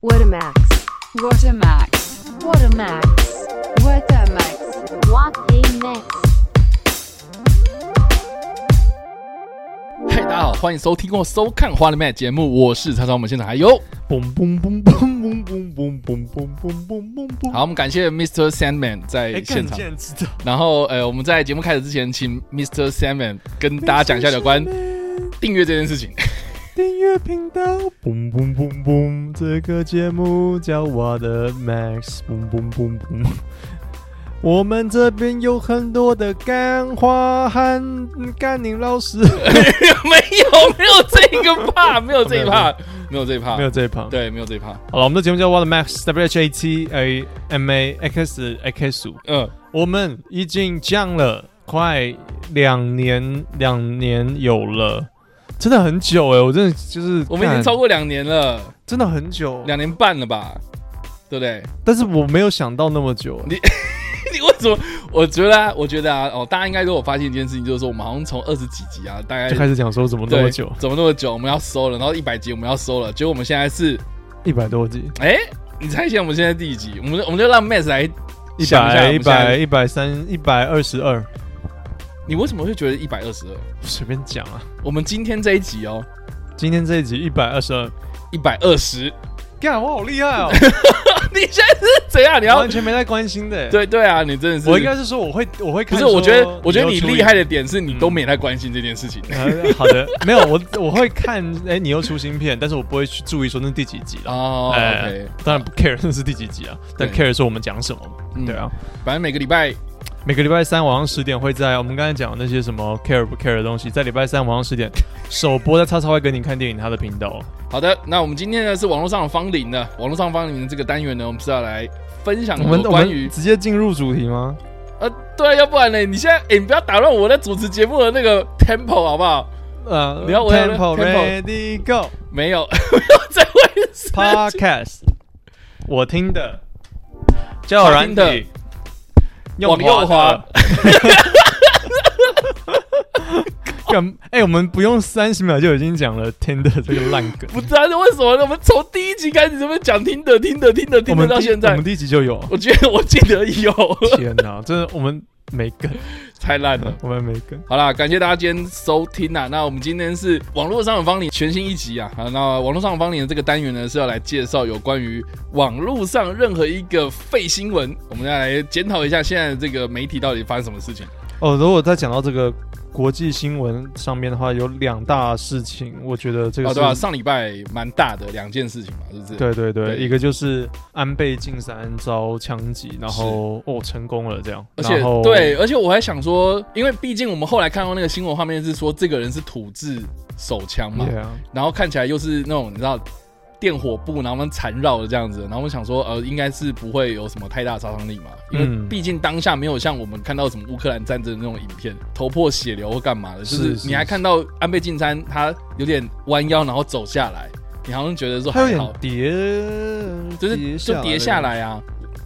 What a max. What a max. What a max. What a max. What a max. 嗨，大家好，欢迎收听或收看《花了妹》节目，我是常常我们现场还有，嘣嘣嘣嘣嘣嘣嘣嘣嘣嘣嘣嘣嘣。好，我，们感谢 Mr. Sandman 哎，在干现你场。竟然知道？然后，呃，我们在节目开始之前，请 Mr. Sandman 跟大家讲一下有关订阅这件事情。 订阅频道，嘣嘣嘣嘣，这个节目叫我的 Max，嘣嘣嘣嘣。我们这边有很多的干花和甘宁老师，没有，没有这个 怕，没有这一怕，没有这一怕没，有这一旁。啊对，没有这一怕。好了，我们的节目叫我的 Max，W H A T A M A X X 五。嗯，我们已经降了快两年，两年有了，真的很久哎、我真的就是我们已经干超过两年了，真的很久，两年半了吧，对不对？ 但是我没有想到那么久。你为什么？我觉得、啊，我觉得啊，哦，大家应该都有发现一件事情，就是说我们好像从二十几集啊，大概就开始讲说怎么那么对久，怎么那么久？我们要收了，然后一百集我们要收了，结果我们现在是，一百多集，哎、你猜一下我们现在第几集？我们就我们就让 Max 来一想一下百我一们现在百一百三一百二十二，你为什么会觉得一百二十二？随便讲啊。我们今天这一集哦，今天这一集一百二十二，一百二十， 干我好厉害哦，你现在是怎样？你要完全没在关心的、，欸对对啊，你真的是我应该是说我会我会不看是？说有我注觉意，嗯得，我觉得你 厉害的点是你都没太关心这件事情。啊。好的，没有我我会看，哎、你又出新片，但是我不会去注意说那是第几集了。哦哎，OK，当然不 care 那是第几集啊，但对 care 说我们讲什么。嗯对啊，，反正每个礼拜每个礼拜三晚上十点会在我们刚才讲的那些什么 care 不 care 的东西，在礼拜三晚 上十点首播在叉叉会跟你看电影他的频道。好的，那我们今天呢是网络上的芳龄呢，网络上芳龄的这个单元呢，我们是要来分享我们很多嗯我关于们直接进入主题吗？呃，对啊，要不然呢，你现在哎、你不要打乱我在主持节目的那个 tempo 好不好？呃你要我要 tempo tempo ready go 没有， 没有这回事。 podcast，我听的，叫我软听的体，往右滑的。 干哎、我们不用三十秒就已经讲了 Tinder 这个烂梗，不知道是为什么，我们从第一集开始这边讲听的听的听的我听的们到第现我在们，第一集就有，我觉得我记得有， 天哪， 真的我们没梗，太烂了。我们没梗。好啦，感谢大家今天收听啊！那我们今天是网络上的方领全新一集啊！好，那网络上的方领的这个单元呢，是要来介绍有关于网络上任何一个废新闻，我们要来检讨一下现在这个媒体到底发生什么事情。哦，如果再讲到这个国际新闻上面的话，有两大事情，我觉得这个哦，是、对啊，上礼拜蛮大的两件事情嘛，是不是？，对对对，对一个就是安倍晋三遭枪击，然后哦成功了这样，而且然后对，而且我还想说，因为毕竟我们后来看到那个新闻画面是说这个人是土制手枪嘛，对啊，然后看起来又是那种你知道电火布，然后们缠绕的这样子，然后我想说，呃，应该是不会有什么太大杀伤力嘛，因为嗯毕竟当下没有像我们看到什么乌克兰战争的那种影片，头破血流或干嘛的，就是是是你还看到安倍晋三他有点弯腰然后走下来，你好像觉得说他有还好点，跌，就是就跌下，来啊，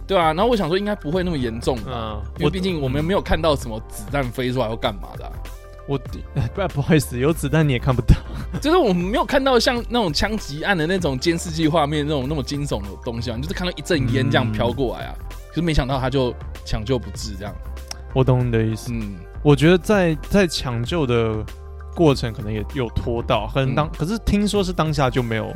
对啊，然后我想说应该不会那么严重吧，嗯，因为我毕竟我们没有看到什么子弹飞出来或干嘛的啊、 我哎不不好意思，有子弹你也看不到，就是我们没有看到像那种枪击案的那种监视器画面那种那么惊悚的东西啊，你就是看到一阵烟这样飘过来啊，可是没想到他就抢救不治这样，我懂你的意思。嗯，我觉得在在抢救的过程可能也有拖到，可能嗯当、可是听说是当下就没有，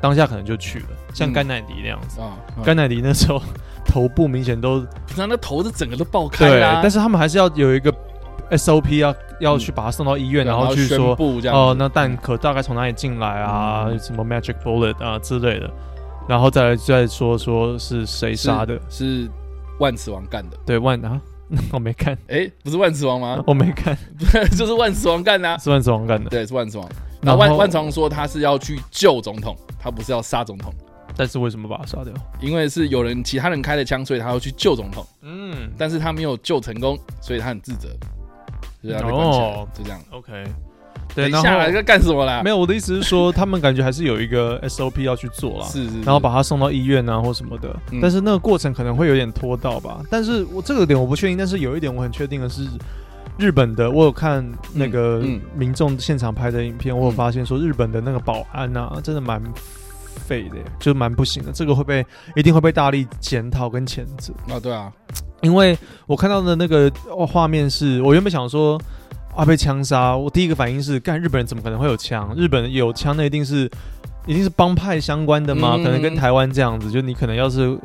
当下可能就去了，像嗯甘乃迪那样子。啊，甘乃迪那时候头部明显都不然那头是整个都爆开对，啦、但是他们还是要有一个 SOP 要要嗯去把他送到医院，然后去宣说布这样子，哦，那蛋壳大概从哪里进来啊？嗯什么 magic bullet 啊之类的，然后再来再说说是谁杀的？是万磁王干的，对，万啊， 我没看，哎、不是万磁王吗？ 我没看，就是万磁王干的、啊，是万磁王干的。对，是万磁王。然然后后啊万万磁王说他是要去救总统，他不是要杀总统，但是为什么把他杀掉？因为是有人其他人开的枪，所以他要去救总统。嗯但是他没有救成功，所以他很自责，就是他被关起来，哦就这样。 ，OK，等对，一然下啦，后在干什么啦？ 没有我的意思是说，他们感觉还是有一个 SOP 要去做啦，是是，然后把他送到医院啊或什么的嗯，但是那个过程可能会有点拖到吧。但是我这个点我不确定，但是有一点我很确定的是。日本的，我有看那个嗯嗯民众现场拍的影片，我有嗯发现说日本的那个保安啊，真的蛮废的耶，就是蛮不行的。这个会被一定会被大力检讨跟谴责，啊，对啊，因为我看到的那个哦画面是，我原本想说啊被枪杀，我第一个反应是，干日本人怎么可能会有枪？日本人有枪那一定是。一定是帮派相关的吗？嗯可能跟台湾这样子，就你可能要是、呃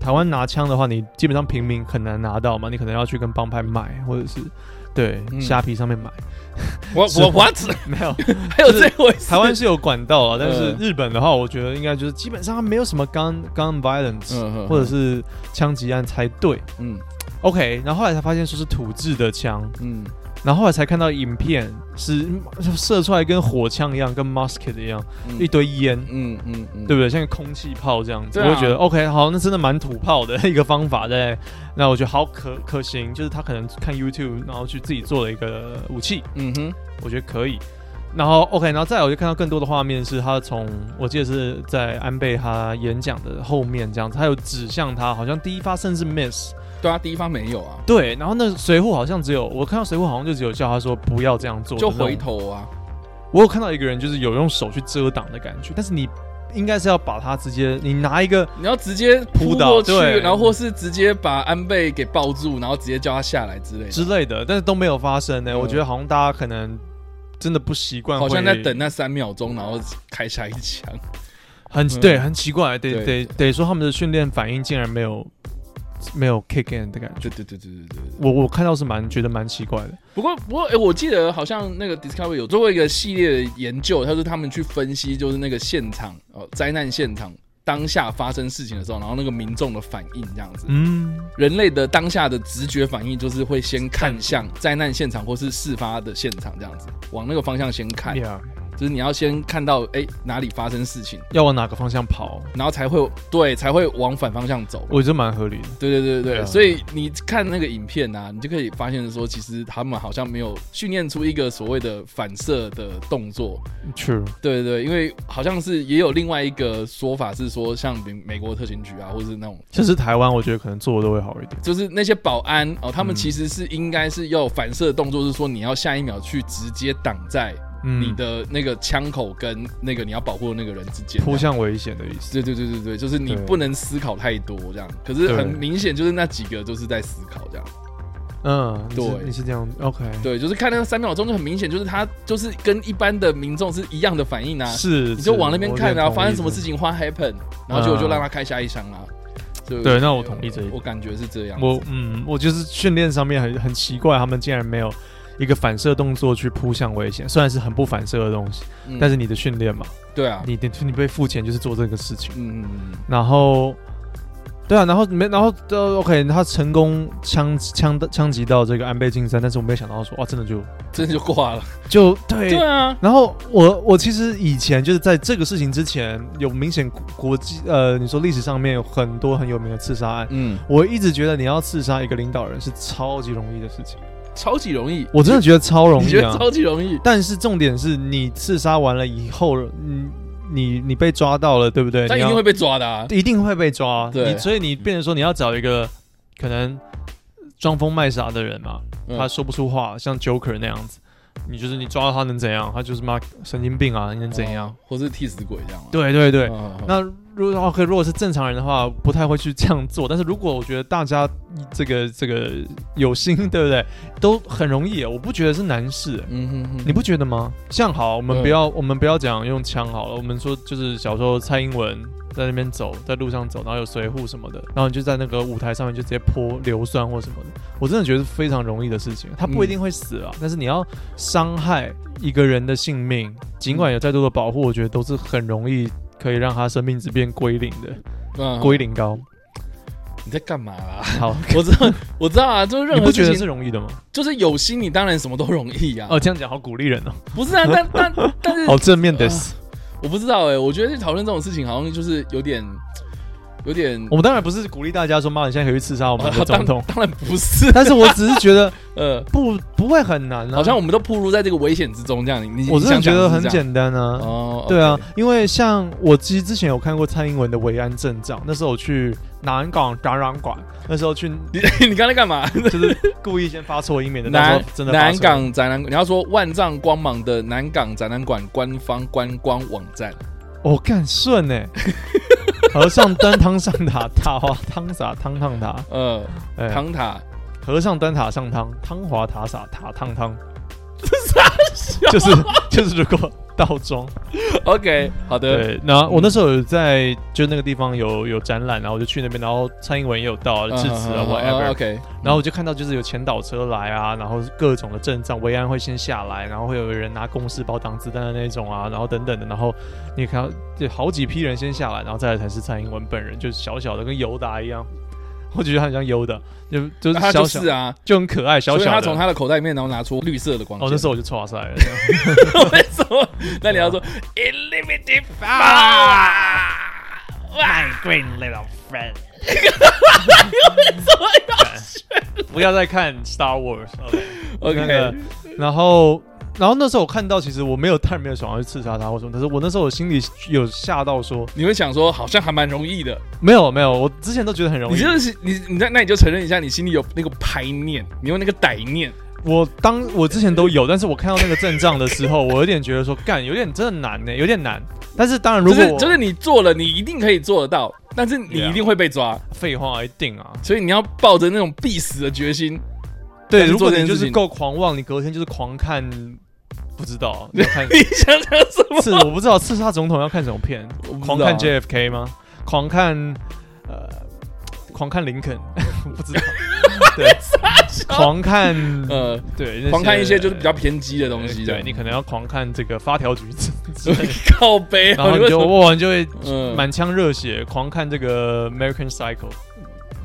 台湾拿枪的话，你基本上平民很难拿到嘛，你可能要去跟帮派买，或者是对嗯虾皮 上面买，我是我 what 没有 还有这回事？台湾是有管道 啊，但是嗯日本的话，我觉得应该就是基本上没有什么 gun gun violence、嗯嗯或者是枪击案才对。嗯 OK，然后后来才发现说是土制的枪，嗯然后后来才看到影片是射出来跟火枪一样，跟 musket 一样，嗯一堆烟。嗯嗯嗯，对不对？像个空气炮这样子，对啊我会觉得 OK，好，那真的蛮土炮的一个方法在。那我觉得好可可行，就是他可能看 YouTube，然后去自己做了一个武器，嗯哼，我觉得可以。然后 OK，然后再来我就看到更多的画面是他从我记得是在安倍他演讲的后面这样子，他有指向他，好像第一发甚至 miss 对啊，第一方没有啊，对，然后那随后好像只有我看到随后好像就只有叫他说不要这样做，就回。头啊，我有看到一个人就是有用手去遮挡的感觉，但是你应该是要把他直接你拿一个你要直接扑扑倒过去，对然后或是直接把安倍给抱住，然后直接叫他下来之类的，之类的，但是都没有发生呢、嗯我觉得好像大家可能真的不习惯，好像在等，那三秒钟，然后开下一枪。很嗯对，很奇怪，得对得得说他们的训练反应竟然没有没有 kick in 的感 觉。对对对对对对对。我我看到是蛮觉得蛮奇怪的，不过不过，哎、我记得好像那个 Discovery 有做过一个系列的研究，他说他们去分析就是那个现场哦灾难现场当下发生事情的时候，然后那个民众的反应这样子。嗯，人类的当下的直觉反应就是会先看向灾难现场或是事发的现场，这样子往那个方向先看，呀就是你要先看到哎、哪里发生事情，要往哪个方向跑，然后才会对才会往反方向走。我觉得蛮合理的。对对对对对对，啊所以你看那个影片啊，你就可以发现说，其实他们好像没有训练出一个所谓的反射的动作， True，对对对，因为好像是也有另外一个说法是说，像美美国特勤局啊，或是那种就是台湾，我觉得可能做的都会好一点。就是那些保安哦，他们嗯其实是应该是要反射的动作，是说你要下一秒去直接挡在嗯，你的那个枪口跟那个你要保护的那个人之间，扑。向危险的意思。对对对对对，就是你啊对不能思考太多这样。可是很对明显，就是那几个就是在思考这样。嗯，你是对你是这样，OK，对，就是看那个三秒钟，就很明显，就是他就是跟一般的民众是一样的反应啊。是，你就是往那边看啊，发生什么？我有点同意事这嗯情，what happened，然后结果就让他开下一枪啦。对对那我同意这一点我感觉是这样子。我嗯，我就是训练上面很很奇怪，他们竟然没有一个反射动作去扑向危险，虽然是很不反射的东西，嗯但是你的训练嘛，对啊，你的你被付钱就是做这个事情，嗯嗯嗯，然后。对啊，然后没，然后呃，OK，他成功枪枪枪击到这个安倍晋三，但是我没有想到说，哇，真的就真的就挂了。就对对啊，然后我我其实以前就是在这个事情之前，有明显国国际呃，你说历史上面有很多很有名的刺杀案，嗯，我一直觉得你要刺杀一个领导人是超级容易的事情，超级容易，我真的觉得超容你易觉得啊。超级容易？但是重点是你刺杀完了以后，你你你被抓到了，对不对？但你一要定会被抓的啊！一定会被抓，对你所以你变成说你要找一个可能装疯卖傻的人嘛，嗯他说不出话，像 Joker 那样子，你就是你抓到他能怎样？他就是妈神经病啊，你能怎样？哦？或是替死鬼这样啊？对对对，哦，那如果 OK，如果是正常人的话，不太会去这样做。但是如果我觉得大家这个这个有心，对不对？都很容易，我不觉得是难事。嗯哼哼，你不觉得吗？像好，我们对不要，我们不要讲用枪好了，我们说就是小时候蔡英文在那边走，在路上走，然后有随护什么的，然后你就在那个舞台上面就直接泼硫酸或什么的，我真的觉得是非常容易的事情。他不一定会死啊，但是你要伤害一个人的性命，尽管有再多的保护，我觉得都是很容易可以让他生命值变归零的，嗯归零高。你在干嘛啦？ 好， 我知道，我知道啊，就是你任不何觉得事是情，容易的吗？就是有心，你当然什么都容易啊。哦，这样讲好鼓励人哦，嗯不是啊，但但但是好正面的。死。我不知道哎，我觉得讨论这种事情好像就是有点有点，我们当然不是鼓励大家说妈，你现在可以去刺杀我 们的啊总当统，当然不 是，但是我只是觉得。呃，不不会很难啊。好像我们都暴露在这个危险之中这样。你我真的觉得很。你想讲是这样简单啊。哦，对啊 OK，，因为像我其实之前有看过蔡英文的维安证照，那时候我去南港展览馆，那时候去 你你刚才干嘛？就是故意先发错音，免得到时候南真的发南错音。港展览，你要说万丈光芒的南港展览馆官方观光网站，哦，干 顺哎，和尚端汤上塔，塔滑汤洒汤烫塔，呃，哎、唐塔和尚端塔上汤，汤滑塔洒塔 烫汤，就是 就是如果倒装。 ，OK，好的，对，那我那时候有在就那个地方有有展览，然后我就去那边，然后蔡英文也有到，致辞嗯嗯嗯啊嗯 whatever， ，OK，然后我就看到就是有前导车来啊，然后各种的阵仗，维安会先下来，然后会有人拿公事包挡子弹的那种啊，然后等等的，然后你看到这好几批人先下来，然后再来才是蔡英文本人，就是小小的跟尤达一样， 我觉得他很像尤达，就就是那他小就小、是啊，就很可爱，小所以小他的。从他的口袋里面然后拿出绿色的光哦，那时线，候我就戳出来了， 为什么？那你要说 Unlimited Power，My Green Little Friend，为什么要不要再看 Star Wars。那个 OK，，然后然后那时候我看到，其实我没有当然没有想要去刺杀他或什么，但是我那时候我心里有吓到说，你会想说好像还蛮容易的，没没有没有，我之前都觉得很容你易。就是你你在那你就承认一下，你心里有那个排念，你有那个歹念，我当我之前都有，但是我看到那个阵仗的时候，我有点觉得说，干有点真的难呢、有点难。但是当然，如就果是我就是你做了，你一定可以做得到，但是你 Yeah 一定会被抓，废话一定啊，所以你要抱着那种必死的决 心。对，但是如果做这你件就事是情够狂妄，你隔天就是狂看，不知道要看你想想什么？ 是我不知道刺杀总统要看什么片我不知道，狂看 JFK 吗？狂看呃，狂看林肯， 不 知道，对，狂看呃，对，那狂看一些就是比较偏激的东西，这对样嗯你可能要狂看这个发条橘子 之类的，靠背啊，然后你你为就什么？哇，你就会嗯满腔热血，狂看这个 American Psycho，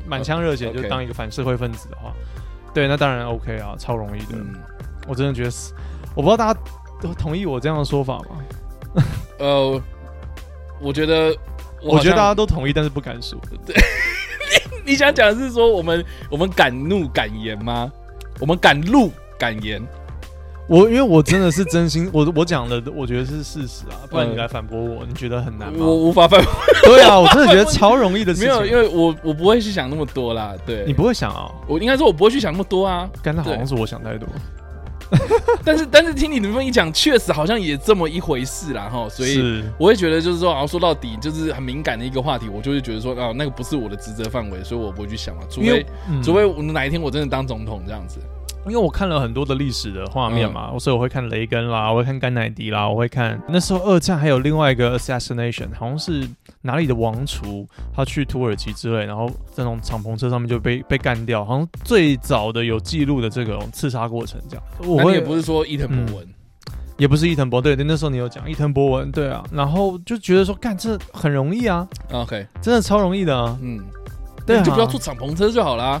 满腔热血 OK 就当一个反社会分子的话，对，那当然 OK 啊，超容易的，嗯我真的觉得是，我不知道大家都同意我这样的说法吗？呃，我觉得，我觉得大啊好家都同意，但是不敢说。像你想讲的是说我们我们敢怒敢言吗？我们敢怒敢言？我因为我真的是真心， 我我讲的我觉得是事实啊，不然你嗯来反驳我，你觉得很难吗我？无法反驳， 对啊，我真的觉得超容易的 事没情。有，因为我我不会去想那么多啦。对，你不会想啊，我应该说我不会去想那么多啊。 干那好像是我想太多，但是但是听你这么一讲，确实好像也这么一回事啦哈。所以是我会觉得就是说，好像说到底就是很敏感的一个话题，我就会觉得说啊，那个不是我的职责范围，所以我不会去想嘛。除因为非、嗯除非我哪一天我真的当总统这样子，因为我看了很多的历史的画面嘛，嗯所以我会看雷根啦，我会看甘乃迪啦，我会看那时候二战还有另外一个 assassination，好像是哪里的王储他去土耳其之类，然后在那种敞篷车上面就被被干掉，好像最早的有记录的这种刺杀过程这样。我那会你也不是说伊藤博文，也不是伊藤博对对，那时候你有讲伊藤博文对啊，然后就觉得说干这很容易啊， OK，真的超容易的啊，嗯，对啊，你就不要坐敞篷车就好啦。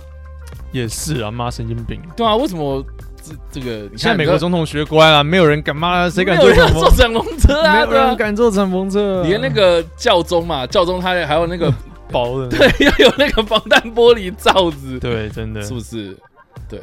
也是啊，妈神经病。对啊，为什么这这个？你看现在美你国知道总统学乖了，没有人敢骂，谁敢没有坐人敞坐篷？敞篷车没啊？有对啊人，敢坐敞篷车，啊连那个教宗嘛，教宗他还有那个薄的，对要有那个防弹玻璃罩子，对，真的是。不是？对，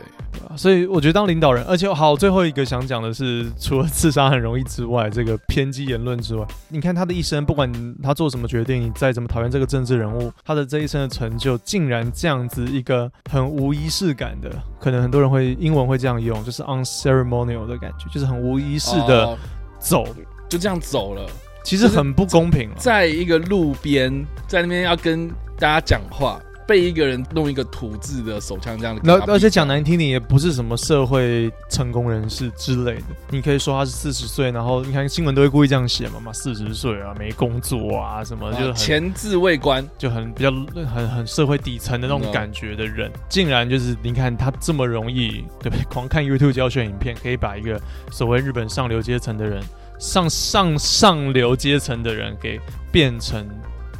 所以我觉得当领导人，而且好，最后一个想讲的是，除了自杀很容易之外，这个偏激言论之外，你看他的一生，不管他做什么决定，你再怎么讨厌这个政治人物，他的这一生的成就，竟然这样子一个很无仪式感的，可能很多人会英文会这样用，就是 unceremonial 的感觉，就是很无仪式的哦走，就这样走了，其实很不公平了。啊在一个路边，在那边要跟大家讲话，被一个人弄一个土制的手枪这样的，那而且讲难听点，也不是什么社会成功人士之类的。你可以说他是四十岁，然后你看新闻都会故意这样写嘛嘛，四十岁啊，没工作啊，什么啊就是很前置卫官，就很比较很很社会底层的那嗯种啊感觉的人，竟然就是你看他这么容易，对不对？狂看 YouTube 教学影片，可以把一个所谓日本上流阶层的人，上上上流阶层的人给变成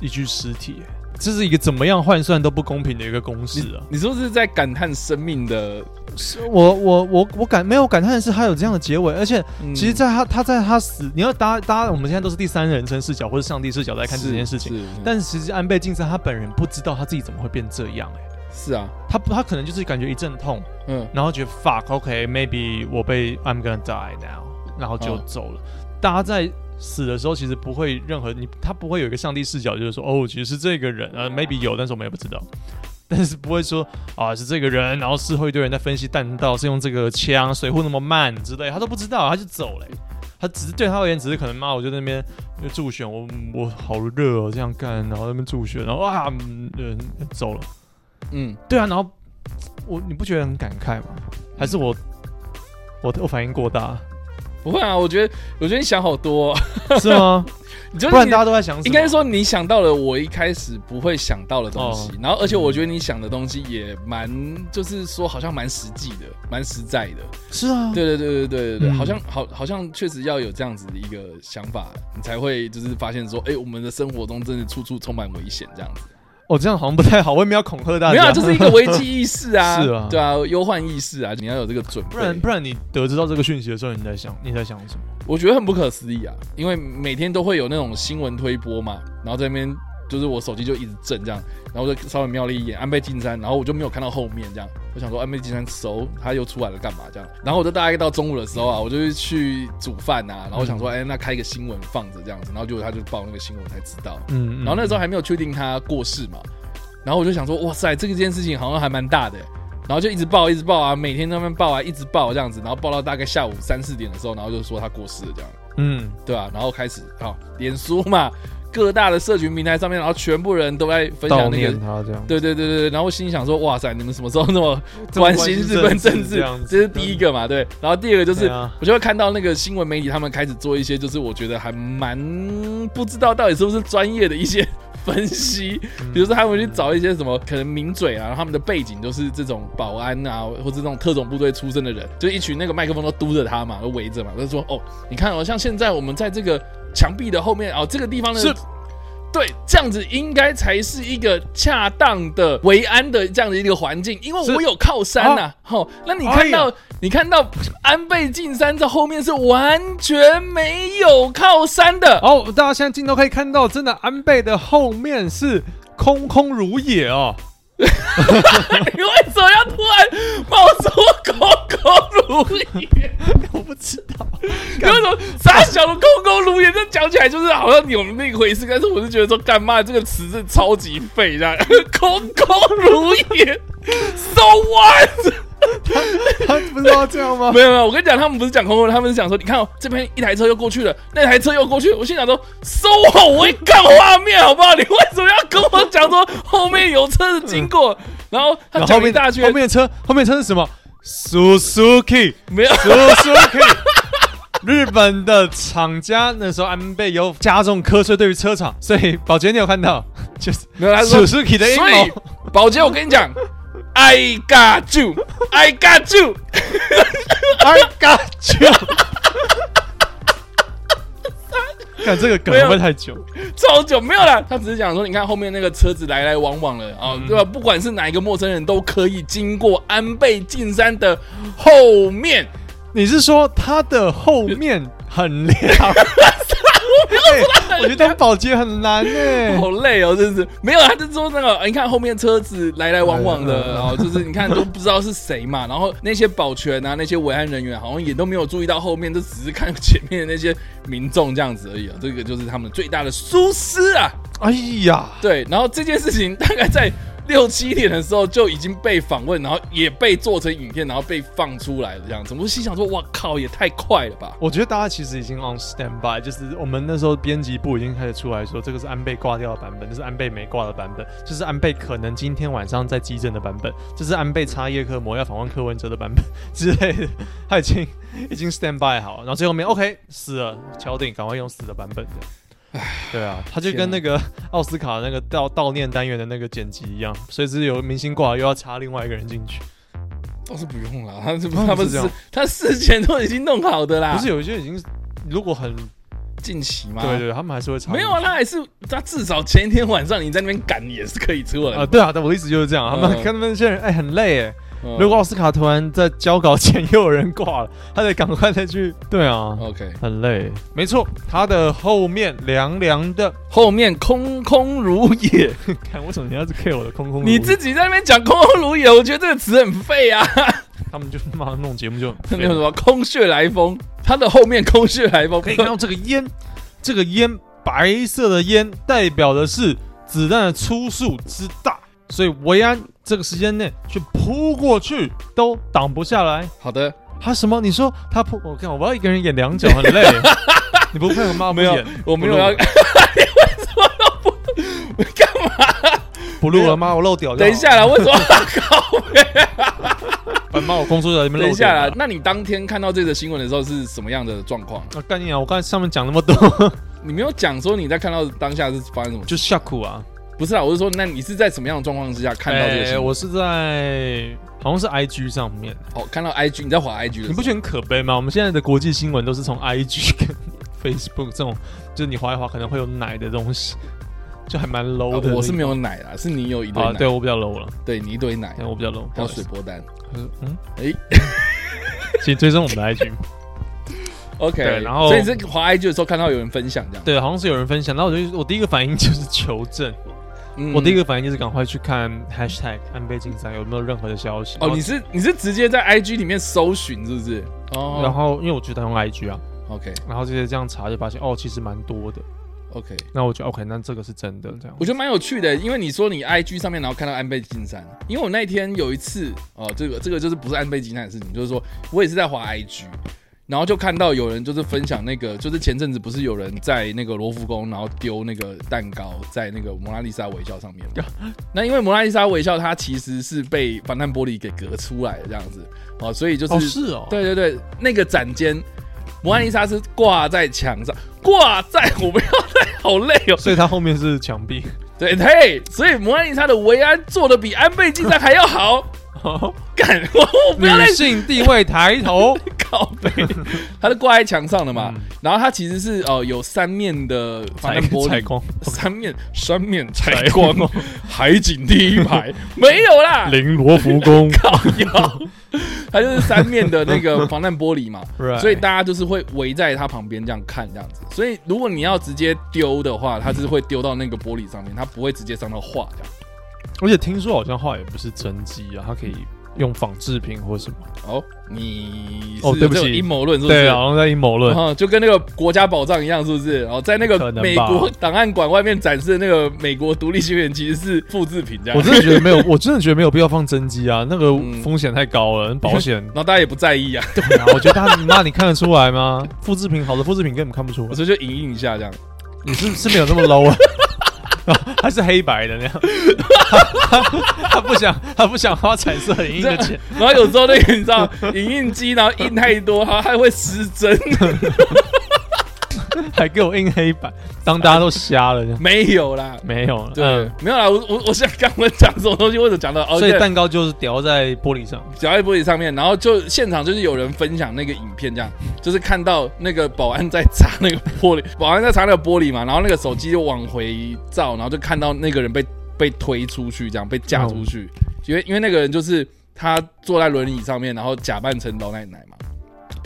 一具尸体。这是一个怎么样换算都不公平的一个公式啊！你是不是在感叹生命的？是我我我我感没有感叹的是，他有这样的结尾，而且嗯其实在他他在他死，你要搭搭，我们现在都是第三人称视角或者上帝视角来看这件事情，是，是但是其实安倍晋三他本人不知道他自己怎么会变这样、欸，是啊，他他可能就是感觉一阵痛，嗯，然后觉得 fuck，OK，maybe、我被 I'm gonna die now，然后就嗯走了。大家在死的时候，其实不会任何你，他不会有一个上帝视角，就是说哦，其实是这个人，呃，maybe 有，但是我们也不知道。但是不会说啊是这个人，然后事后一堆人在分析弹道是用这个枪，水壶那么慢之类，他都不知道，他就走了欸、他他只是对他而言，只是可能妈，啊我就在那边就助选，我我好热哦，这样干，然后在那边助选，然后啊，嗯嗯走了。嗯，对啊，然后我你不觉得很感慨吗？还是我我我反应过大不会啊，我觉得我觉得你想好多、 哦， 是吗？你就是不然你大家都在想什么？应该说你想到了我一开始不会想到的东西，哦然后而且我觉得你想的东西也蛮，就是说好像蛮实际的，蛮实在的。是啊，对对对对对对对，嗯好像好好像确实要有这样子的一个想法，你才会就是发现说，哎、我们的生活中真的处处充满危险这样子。哦，这样好像不太好，我也没有恐吓大家。没有、啊，就是一个危机意识啊， 是啊对啊，忧患意识啊，你要有这个准备。不然不然你得知到这个讯息的时候，你在想你在想什么？我觉得很不可思议啊，因为每天都会有那种新闻推播嘛，然后在那边就是我手机就一直震这样，然后我就稍微瞄了一眼安倍晋三，然后我就没有看到后面这样，我想说安倍晋三熟，他又出来了干嘛这样？然后我就大概到中午的时候啊，我就是去煮饭啊，然后我想说，哎、那开一个新闻放着这样子，然后结果他就报那个新闻才知道，嗯，然后那时候候还没有确定他过世嘛，然后我就想说，哇塞，这个件事情好像还蛮大的欸，然后就一直报一直报啊，每天都在那边报啊，一直报这样子，然后报到大概下午三四点的时候，然后就说他过世了这样，嗯，对啊，然后开始啊，脸书嘛，各大的社群平台上面，然后全部人都在分悼享那个念。他这样，对对对对对，然后我心里想说，哇塞，你们什么时候那么这么关心日本政这治样？子这是第一个嘛，对。然后第二个就是对啊，我就会看到那个新闻媒体他们开始做一些，就是我觉得还蛮不知道到底是不是专业的一些 分析，嗯比如说他们去找一些什么可能名嘴啊，然后他们的背景都是这种保安啊，或者这种特种部队出身的人，就一群那个麦克风都嘟着他嘛，都围着嘛，就说哦，你看哦，像现在我们在这个墙壁的后面哦，这个地方呢是对，这样子应该才是一个恰当的维安的这样的一个环境，因为是啊哎我有靠山呐、吼、那你看到、你看到安倍晋三在后面是完全没有靠山的，哦，大家现在镜头可以看到，真的安倍的后面是空空如也哦。 你为什么要突然冒出空空如也？我不知道，你为什么傻小的空空如也？这讲起来就是好像有那个回事，但是我是觉得说，干嘛这个词是超级废，这样空空如也，so what？他不知道这样吗？没有没有，我跟你讲，他们不是讲空空，他们是讲说，你看、哦、这边一台车又过去了，那台车又过去了，我心想说，收好，我会看画面好不好？你为什么要跟我讲说后面有车子经过？然后他然后后讲了一面大圈后，面的车，后面的车是什么？Suzuki，Suzuki，没有日本的厂家那时候安倍有加重瞌睡对于车厂，所以宝洁你有看到，就是没有，他说 Suzuki 的阴所以谋。，宝洁，我跟你讲，I got you，I got you， I got you 看这个梗没会有不会太久？超久没有了。他只是讲说，你看后面那个车子来来往往了啊、嗯对吧？不管是哪一个陌生人都可以经过安倍晋三的后 面。你是说它的后面很亮？ 哎我觉得当保洁很难哎、好累哦，真是没有，他就说那个，呃你看后面车子来来往往的，嗯嗯然后就是你看都不知道是谁嘛，然后那些保全啊，那些维安人员好像也都没有注意到后面，就只是看前面的那些民众这样子而已啊，这个就是他们最大的疏失啊。哎呀，对，然后这件事情大概在六七点的时候就已经被访问，然后也被做成影片，然后被放出来了这样子，我心想说，哇靠，也太快了吧。我觉得大家其实已经 on standby，就是我们那时候编辑部已经开始出来说，这个是安倍挂掉的版本，这是安倍没挂的版本，这是安倍可能今天晚上在急诊的版本，这是安倍插叶克膜要访问柯文哲的版本 之类的，他已经已经 standby 好了，然后最后面 OK 死了，敲定，赶快用死的版本的。对啊，他就跟那个奥斯卡那个悼悼念单元的那个剪辑一样，随时有明星挂了又要插另外一个人进去。哦倒是不用了， 他是他们他们是这是样他事前都已经弄好的啦，不是有一些已经如果很近期吗？对对，他们还是会插没有啊，他还是他至少前一天晚上你在那边赶也是可以出来啊，的。对啊，对我的意思就是这样，他们嗯看他们那些人，哎，很累哎。嗯如果奥斯卡突然在交稿前又有人挂了，他得赶快再去。对啊， OK，很累，没错，他的后面凉凉的。后面空空如也， 看为什么你要是 K 我的空空如也？你自己在那边讲空空如也，我觉得这个词很废啊， 他们就马上弄节 目就很那废个什么空穴来风，他的后面空穴来风可以看到这个烟，这个烟白色的烟代表的是子弹的出速之大，所以维安这个时间内去扑过去都挡不下来。 好的，他啊什么？你说他破？我看我要一个人演两角很 累，你不配合吗？没有不演，我没有不录要， 了你为什么要不干嘛？不录了吗？我漏屌就好。等一下啦，为 什么要搞？反哎妈，我工作在你们等漏一屌下了啦，。那你当天看到这则新闻的时候是什么样的状况？啊，干你啊！我刚才上面讲那 么多，你没有讲说你在看到当下是发生什么？就吓哭啊！不是啊，我是说，那你是在什么样的状况之下看到这个新哎闻？我是在好像是 IG 上面，哦，看到 IG，你在滑 IG 的时候你不觉得很可悲吗？我们现在的国际新闻都是从 IG 跟 Facebook 这种，就是你滑一滑可能会有奶的东西，就还蛮 low 的那啊个。我是没有奶啦，是你有一堆啊，奶，对我比较 low 了，对你一堆奶啊对，我比较 low。还有水波丹。嗯， 哎请追踪我们的 IG。 ，OK，对然后所以你是滑 IG 的时候看到有人分享这样。 对，好像是有人分享，然后我就我第一个反应就是求证，嗯我第一个反应就是赶快去看 hashtag 安倍晋三有没有任何的消息。哦，你是你是直接在 IG 里面搜寻是不是？哦，然后因为我觉得用 IG 啊， OK 然后直接这样查就发现哦，其实蛮多的。 OK，那我觉得 OK，那这个是真的这样我。觉得蛮有趣的，因为你说你 IG 上面然后看到安倍晋三，因为我那一天有一次哦，这个这个就是不是安倍晋三的事情，就是说我也是在滑 IG。然后就看到有人就是分享那个，就是前阵子不是有人在那个罗浮宫，然后丢那个蛋糕在那个蒙娜丽莎微笑上面嘛。那因为蒙娜丽莎微笑它其实是被防弹玻璃给隔出来的这样子，哦，所以就是、哦，是哦，，对对对，那个展间蒙娜丽莎是挂在墙上，挂在 我不要再好累哦，所以它后面是墙 壁。对对，所以摩安丽莎的维安做的比安倍晋三还要好。 干，我我不女要再性地位抬 头，靠背， 它是挂在墙上的嘛。嗯然后它其实是呃有三面的防弹玻璃，采光， 三面三面采光， 海景第一 排没有啦，绫罗浮 宫靠腰，它就是三面的那个防弹玻璃嘛。 Right 所以大家就是会围在它旁边这样看这样子。所以如果你要直接丢的话，它是会丢到那个玻璃上面，它不会直接伤到画这样。而且听说好像画也不是真机啊，它可以用仿制品或什么。哦，你哦是对不这种起阴谋论是不是？对，啊好像在阴谋论然。后哦就跟那个国家宝藏一样，是不是？哦，在那可个能吧美国档案馆外面展示的那个美国独立宣言，其实是复制品这样。我真的觉得没有，我真的觉得没有必要放真机啊，那个嗯风险太高了，。保险然后大家也不在意啊， 对啊，我觉得他妈你看得出来吗？复制品好的复制品根本看不出来，所以就影印一下这样。你是是没有那么 low 啊。 他是黑白的那样，他他不想他不想花彩色影印的钱，然后有时候那个你知道，影印机然后印太多，它还会失真。 还给我印黑白，当大家都瞎了这样，没有啦，没有了。对，嗯，没有啦。我我我想刚我讲什么东西，或者讲到哦，所以对蛋糕就是雕在玻璃上，脚在玻璃上面，然后就现场就是有人分享那个影片，这样 就是看到那个保安在砸那个玻璃，保安在砸那个玻璃嘛，然后那个手机就往回照，然后就看到那个人被被推出去，这样被架出去，因为因为那个人就是他坐在轮椅上面，然后假扮成老奶奶嘛，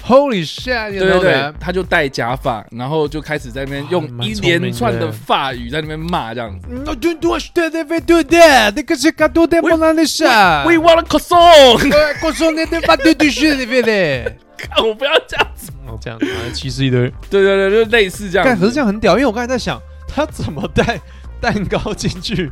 Holy shit！对对对，他就戴假发，然后就开始在那边用啊哇蛮一聪明的连串的法语在那边骂这样子。 No, don't do that, never do that. 那个是卡多的莫娜丽莎。 We want a croissant！ 呃，告诉你的把 对对是的别的。看我不要这样啊子。哦，这样，反正歧视一堆。对对对，就类似这样但子。可是这样很屌，因为我刚才在想，他怎么带蛋糕进去？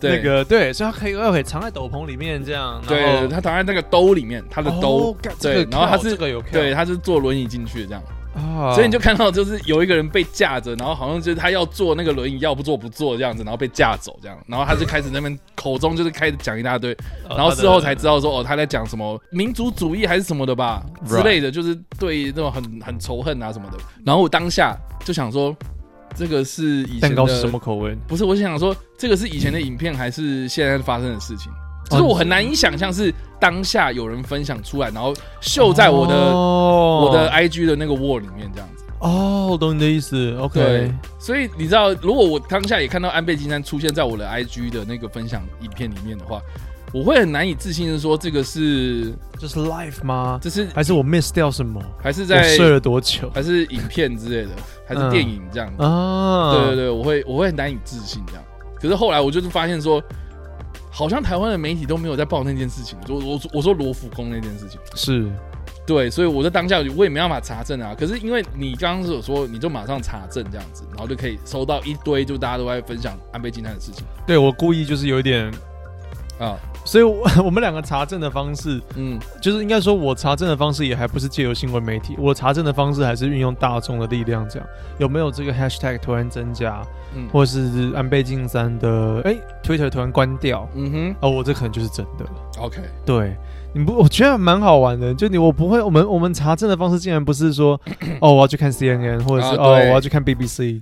对那个对，所以他可以他可以藏在斗篷里面这样。然后对，他躺在那个兜里面，他的兜哦，干对这，个然后他跳是这个有跳对，他是坐轮椅进去的这样，啊，所以你就看到就是有一个人被架着，然后好像就是他要坐那个轮椅，要不坐不坐这样子，然后被架走这样，然后他就开始那边口中就是开始讲一大堆，哦然后事后才他知道说哦他在讲什么民族主义还是什么的吧 Right 之类的，就是对那种很很仇恨啊什么的。然后我当下就想说，这个是以前的蛋糕是的什么口味？不是，我是想说，这个是以前的影片还是现在发生的事情？哦就是我很难以想象是当下有人分享出来，然后秀在我的、我我的 IG 的那个 wall 里面这样子。哦，懂你的意思。OK，所以你知道，如果我当下也看到安倍晋三出现在我的 IG 的那个分享影片里面的话，我会很难以置信的说，这个是这是 life 吗？这是还是我 miss 掉什么？还是我在睡了多久还是影片之类的，还是嗯电影这样子？啊？对对对，我会我会很难以置信这样。可是后来我就是发现说，好像台湾的媒体都没有在报那件事情。就我我我说罗浮宫那件事情，是对，所以我在当下我也没办法查证啊。可是因为你刚刚是有说，你就马上查证这样子，然后就可以收到一堆就大家都在分享安倍晋三的事情对我故意就是有一点啊。所以我我们两个查证的方式，嗯，就是应该说，我查证的方式也还不是借由新闻媒体，我查证的方式还是运用大众的力量，这样有没有这个 hashtag 突然增加，嗯或是安倍晋三的哎、Twitter 突然关掉，嗯哦，我这可能就是真的。哼，OK，对，你不，我觉得蛮好玩的。就你，我不会，我们我们查证的方式竟然不是说， 哦，我要去看 CNN，或者是、啊哦，我对要去看 BBC，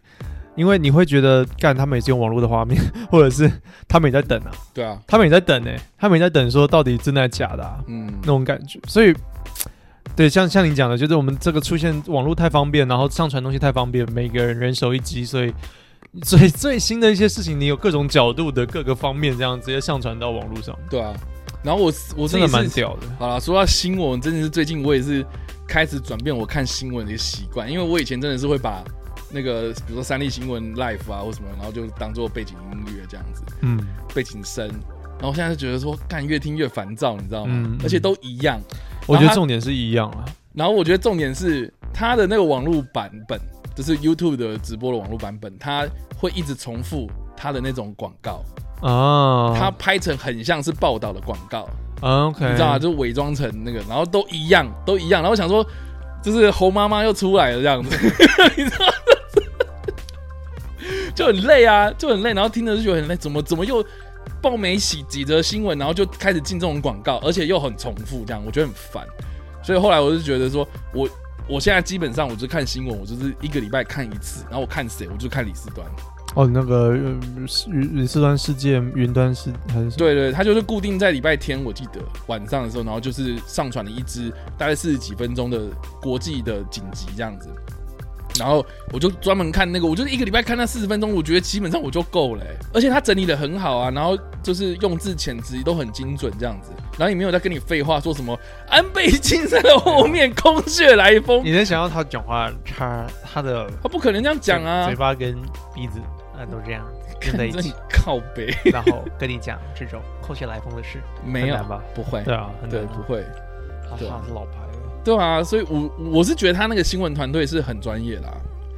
因为你会觉得，干，他们也是用网络的画面， 或者是他们也在等啊，对啊，他们也在等呢、他们也在等说到底真的还假的、啊、嗯那，种感觉。所以，对，像像你讲的，就是我们这个出现网络太方便，然后上传东西太方便，每个人人手一机，所以。最最新的一些事情，你有各种角度的各个方面，这样直接上传到网络上，对啊。然后我我自己真的是蛮屌的。好了，说到新闻，真的是最近我也是开始转变我看新闻的一个习惯，因为我以前真的是会把那个比如说三立新闻 live 啊或什么，然后就当做背景音乐这样子，嗯，背景声。然后现在就觉得说，干越听越烦躁，你知道吗？嗯嗯而且都一样。我然觉得后它重点是一样啊。然后我觉得重点是它的那个网络版本，就是 YouTube 的直播的网络版本，它会一直重复它的那种广告，啊，它拍成很像是报道的广告。啊 OK，你知道吗？就伪装成那个，然后都一样，都一样。然后我想说，就是猴妈妈又出来了这样子， 你知道吗，就很累啊，就很累。然后听着就觉得很累，怎么怎么又爆每喜几则新闻，然后就开始进这种广告，而且又很重复，这样我觉得很烦。所以后来我就觉得说，我我现在基本上我就看新闻，我就是一个礼拜看一次，然后我看谁，我就看李四端。哦，那个呃云云四端世界、云端世还是什么对对，他就是固定在礼拜天，我记得晚上的时候，然后就是上传了一支大概四十几分钟的国际的紧急这样子，然后我就专门看那个，我就是一个礼拜看那四十分钟，我觉得基本上我就够了欸、而且他整理的很好啊，然后就是用字遣词都很精准这样子，然后也没有在跟你废话，说什么安倍晋三的后面空穴来风，你能想到他讲话，他他的他不可能这样讲啊嘴，巴跟鼻子啊都这样跟在看一这起，靠背然后跟你讲这种空穴来风的事，没有很难吧？不会，对啊，很对难不会。他对他是老牌了，对啊，所以我我是觉得他那个新闻团队是很专业啦，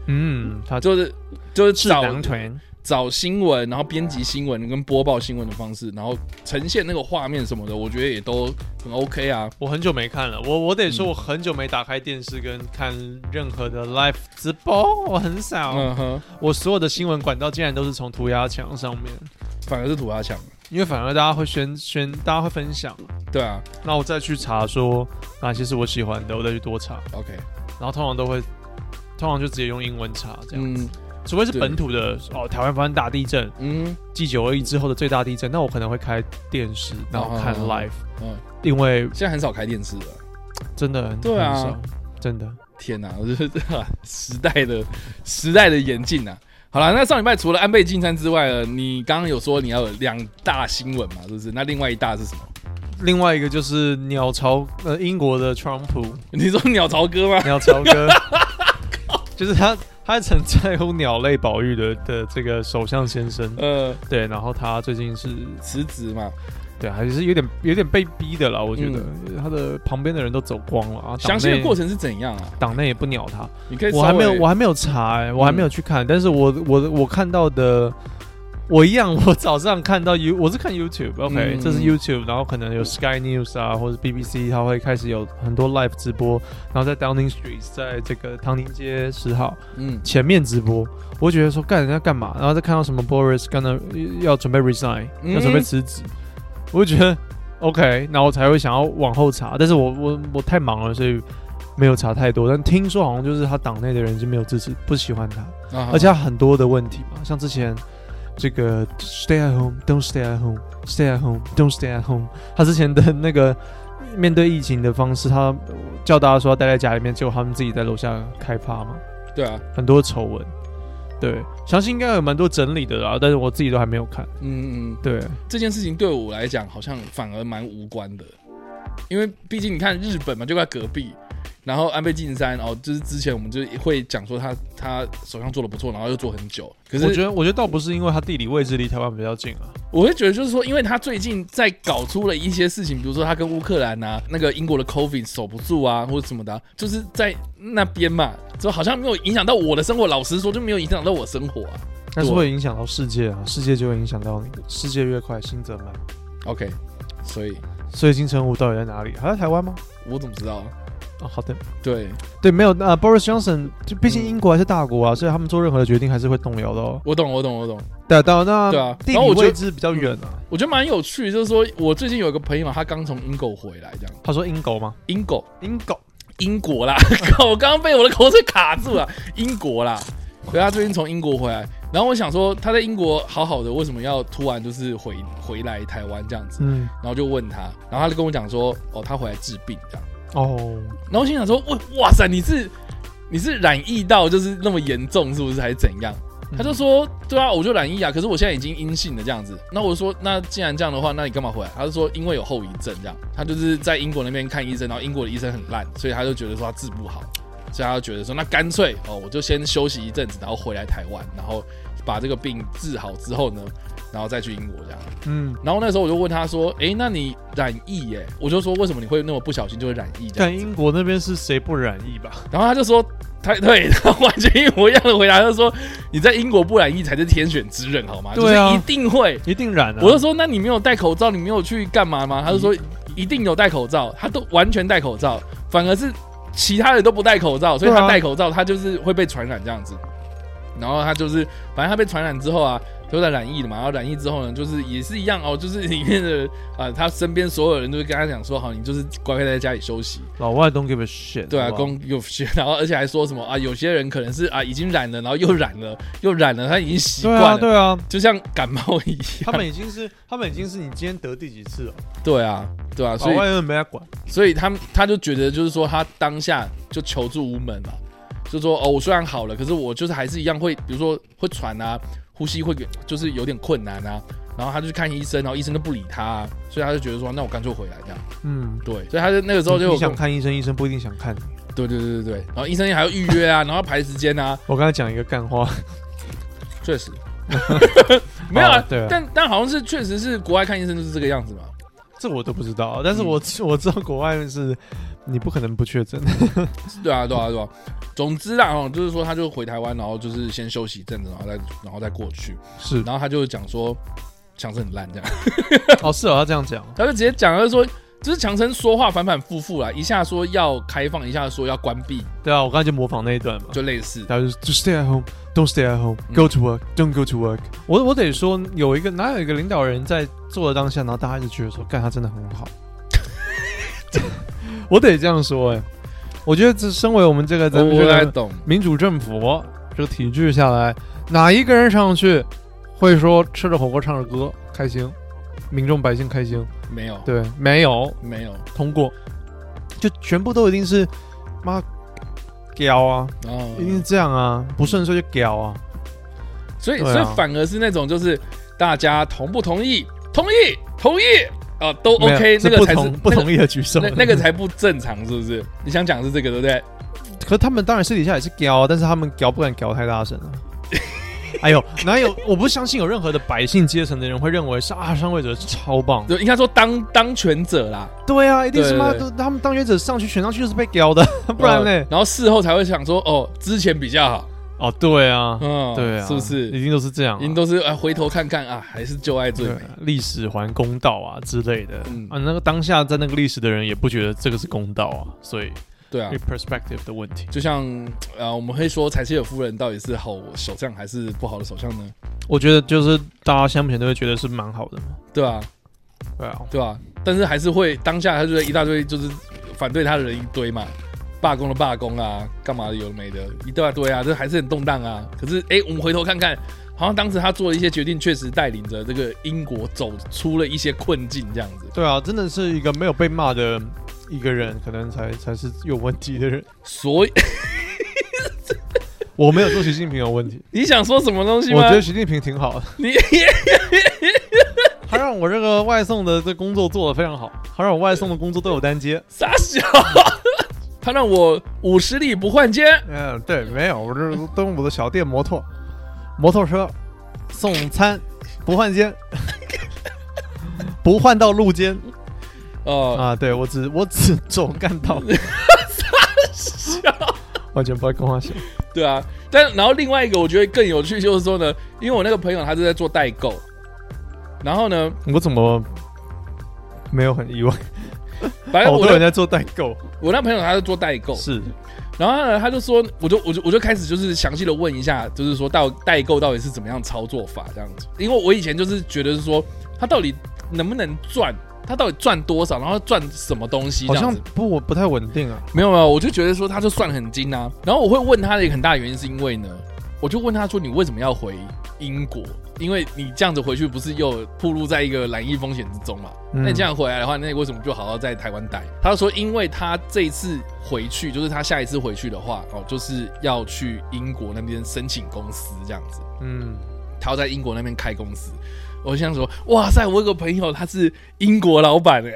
嗯，他就是就是智找囊团，找新闻，然后编辑新闻跟播报新闻的方式，然后呈现那个画面什么的，我觉得也都很 OK 啊。我很久没看了，我我得说，嗯我很久没打开电视跟看任何的 live 直播， 我很少，嗯哼，我所有的新闻管道竟然都是从涂鸦墙上面，反而是涂鸦墙，因为反而大家会宣宣，大家会分享，对啊那我再去查说哪些是我喜欢的，我再去多查。 ，OK，然后通常都会，通常就直接用英文查这样，嗯除非是对本土的哦，台湾发生大地震，嗯继九二一之后的最大地震，那我可能会开电视，然后看哦 live，、嗯，因为现在很少开电视了，真的很对啊，很少真的，天哪、我 觉得这个时代的时代的演进啊。好了，那上礼拜除了安倍晋三之外呢，你刚刚有说你要有两大新闻嘛，是不是？那另外一大是什么？ 另外一个就是鸟巢，呃，英国的川 普你说鸟巢哥吗？鸟巢哥，就是他。他曾在乎鸟类保育的的这个首相先生，呃，对，然后他最近是辞职嘛，对，还是有点有点被逼的啦，我觉得、他的旁边的人都走光了啊，党嗯详细的内过程是怎样啊？党内也不鸟他。你可以我还没有稍微嗯我还没有查、欸，我还没有去看，但是我我我看到的。我一样， 我早上看到 You，我是看 YouTube，OK，、嗯这是 YouTube，然后可能有 Sky News 啊，或者 BBC，它会开始有很多 live 直播，然后在 Downing Street，在这个唐宁街十号嗯前面直播，我会觉得说干人家干嘛，然后再看到什么 Boris gonna 要准备 resign，、嗯要准备辞职，我就觉得 OK，那我才会想要往后查，但是我我我太忙了，所以没有查太多。但听说好像就是他党内的人就没有支持，不喜欢他，啊而且他很多的问题嘛，像之前这个 stay at home，don't stay at home，stay at home，don't stay at home，他 之前的那个。面对疫情的方式，他叫大家说要待在家里面，结果他们自己在楼下开趴嘛。对啊，很多丑闻，对，相信应该有蛮多整理的啦，但是我自己都还没有看。嗯嗯，嗯对，这件事情对我来讲好像反而蛮无关的，因为毕竟你看日本嘛，就在隔壁。然后安倍晋三哦，就是之前我们就会讲说他他首相做的不错，然后又做很久。可是我觉得我觉得倒不是因为它地理位置离台湾比较近啊，我会觉得就是说，因为他最近在搞出了一些事情，比如说他跟乌克兰啊，那个英国的 COVID 守不住啊，或者什么的啊、就是在那边嘛，就好像没有影响到我的生活。老实说，就没有影响到我生活啊。但是会影响到世界啊，世界就会影响到你，世界越快，心则慢。 OK，所以所以金城武到底在哪里？还在台湾吗？我怎么知道？哦，好的，对对，没有。那、Boris Johnson 就毕竟嗯英国还是大国啊，所以他们做任何的决定还是会动摇的哦。我懂，我懂，我懂。对啊，当然那对啊地然后我理觉得嗯位置比较远啊。我觉得蛮有趣，就是说我最近有一个朋友，他刚从英国回来，这样他说英狗吗？英国英狗英国啦， 靠！我刚刚被我的口水卡住了，英国啦。 对，他最近从英国回来，然后我想说他在英国好好的，为什么要突然就是回回来台湾这样子？嗯，然后就问他，然后他就跟我讲说，哦，他回来治病这样。哦，然后我心想说，哇哇塞，你是你是染疫到就是那么严重是不是，还是怎样？他就说，对啊，我就染疫啊，可是我现在已经阴性了这样子。那我就说，那既然这样的话，那你干嘛回来？他就说，因为有后遗症这样。他就是在英国那边看医生，然后英国的医生很烂，所以他就觉得说他治不好，所以他就觉得说，那干脆哦，我就先休息一阵子，然后回来台湾，然后把这个病治好之后呢，然后再去英国这样。嗯，然后那时候我就问他说，诶，那你染疫耶、我就说为什么你会那么不小心就会染疫这样但子？英国那边是谁不染疫吧？然后他就说，他对 他完全一模一样的回答，他就说你在英国不染疫才是天选之人，好吗？对啊就是一定会。一定染啊！我就说，那你没有戴口罩，你没有去干嘛嗯吗？他就说一定有戴口罩，他都完全戴口罩，反而是其他人都不戴口罩，所以对啊他戴口罩，他就是会被传染这样子。然后他就是，反正他被传染之后啊，就在染疫了嘛。然后染疫之后呢，就是也是一样哦，就是里面的啊、呃他身边所有人都会跟他讲说，好，你就是乖乖在家里休息。老外 don't give a shit。对啊，好不好公有些，然后而且还说什么啊，有些人可能是啊已经染了，然后又染了，又染了，他已经习对惯了，啊，对啊，就像感冒一样。他们已经是他们已经是你今天得第几次了，对啊，对啊，老所以外人没来管。所以他们他就觉得就是说他当下就求助无门嘛，就说哦，我虽然好了，可是我就是还是一样会，比如说会喘啊，呼吸会就是有点困难啊，然后他就去看医生，然后医生都不理他、啊，所以他就觉得说那我干脆回来这样。嗯，对，所以他就那个时候就有你想跟看医生，医生不一定想看你。对对对对对，然后医生还要预约啊，然后要排时间啊，我刚才讲一个 干话，确 实，没有啊哦，对啊但但好像是确实是国外看医生就是这个样子嘛。这我都不知道，嗯但是我、 我知道国外是你不可能不确诊。对啊，对啊，对啊。总之啦，哦，就是说他就回台湾，然后就是先休息一阵子，然后再然后再过去，是然后他就讲说强生很烂这样， 哦，是哦，他这样讲。他就直接讲他就说，就是强生说话反反复复啦，一下说要开放，一下说要关闭，对啊，我刚才就模仿那一段嘛。就类似。然后就是 just stay at home, don't stay at home, 嗯 go to work, don't go to work 我。我得说，有一个哪有一个领导人在做的当下，然后大家一直觉得说，干他真的很好。 我得这样说、哎，我觉得这身为我们这个我咱们我这来个懂，民主政府这个体制下来，哪一个人上去会说吃着火锅唱着歌开心，民众百姓开心？没有，对，没有没有，通过，就全部都一定是妈屌啊，哦一定是这样啊，不顺遂就屌啊。所以、对啊所以反而是那种就是大家同不同意，同意，同意。啊，都没有 OK，是那个不才是同不那个同意的举手，那那个才不正常，是不是？你想讲的是这个，对不对？ 可是他们当然私底下也是屌啊，但是他们屌不敢屌太大声 啊。哎呦，哪有？我不相信有任何的百姓阶层的人会认为是啊，上位者是超棒。就应该说当当权者啦，对啊，一定是对妈对的，他们当选者上去选上去就是被 屌的，不然呃呢？然后事后才会想说，哦，之前比较好，哦，对啊，嗯，对啊，是不是？一定都是这样啊？因为都是哎，回头看看啊，还是旧爱最对美。啊历史还公道啊之类的嗯啊，那个当下在那个历史的人也不觉得这个是公道啊，所以对啊一，perspective 的问题。就像呃，我们会说柴契尔夫人到底是好首相还是不好的首相呢？我觉得就是大家相不相都会觉得是蛮好的嘛，对啊，对啊，对啊，但是还是会当下他就是一大堆就是反对他的人一堆嘛，罢工的罢工啊，干嘛的有的没的一大堆啊，这还是很动荡啊。可是哎、诶我们回头看看，好像当时他做了一些决定，确实带领着这个英国走出了一些困境，这样子。对啊，真的是一个没有被骂的一个人，可能才才是有问题 的人。所以 我没有说习近平有问题，你想说什么东西我吗？觉得习近平挺 好的，你 他让我这个外送的这工作做得非常好，他让我外送的工作都有单接。傻笑， 他让我五十里不换肩。嗯，对，没有，我这东武的小电摩托，摩托车送餐不换 间，不换到路肩哦、 啊！对我只我只总干 道， 完全不会跟我想。对啊，但然后另外一个我觉得更有趣就是说呢，因为我那个朋友他是在做代购，然后呢，我怎么没有很意外，哦反正哎好我多人的哦在做代购，我那朋友他是做代购，是然后呢，他就说，我就我就我就开始就是详细的问一下，就是说到代购到底是怎么样操作法这样子，因为我以前就是觉得是说他到底能不能赚，他到底赚多少，然后赚什么东西这好样像子。不我不太稳定啊。没有没有，我就觉得说他就算很精啊。然后我会问他的一个很大的原因是因为呢，我就问他说你为什么要回英国？因为你这样子回去不是又暴露在一个染疫风险之中嘛？嗯那你这样回来的话，那你为什么不就好好在台湾待？他就说，因为他这一次回去，就是他下一次回去的话，哦，就是要去英国那边申请公司这样子。嗯，他要在英国那边开公司。我就想说，哇塞，我有个朋友他是英国老板哎、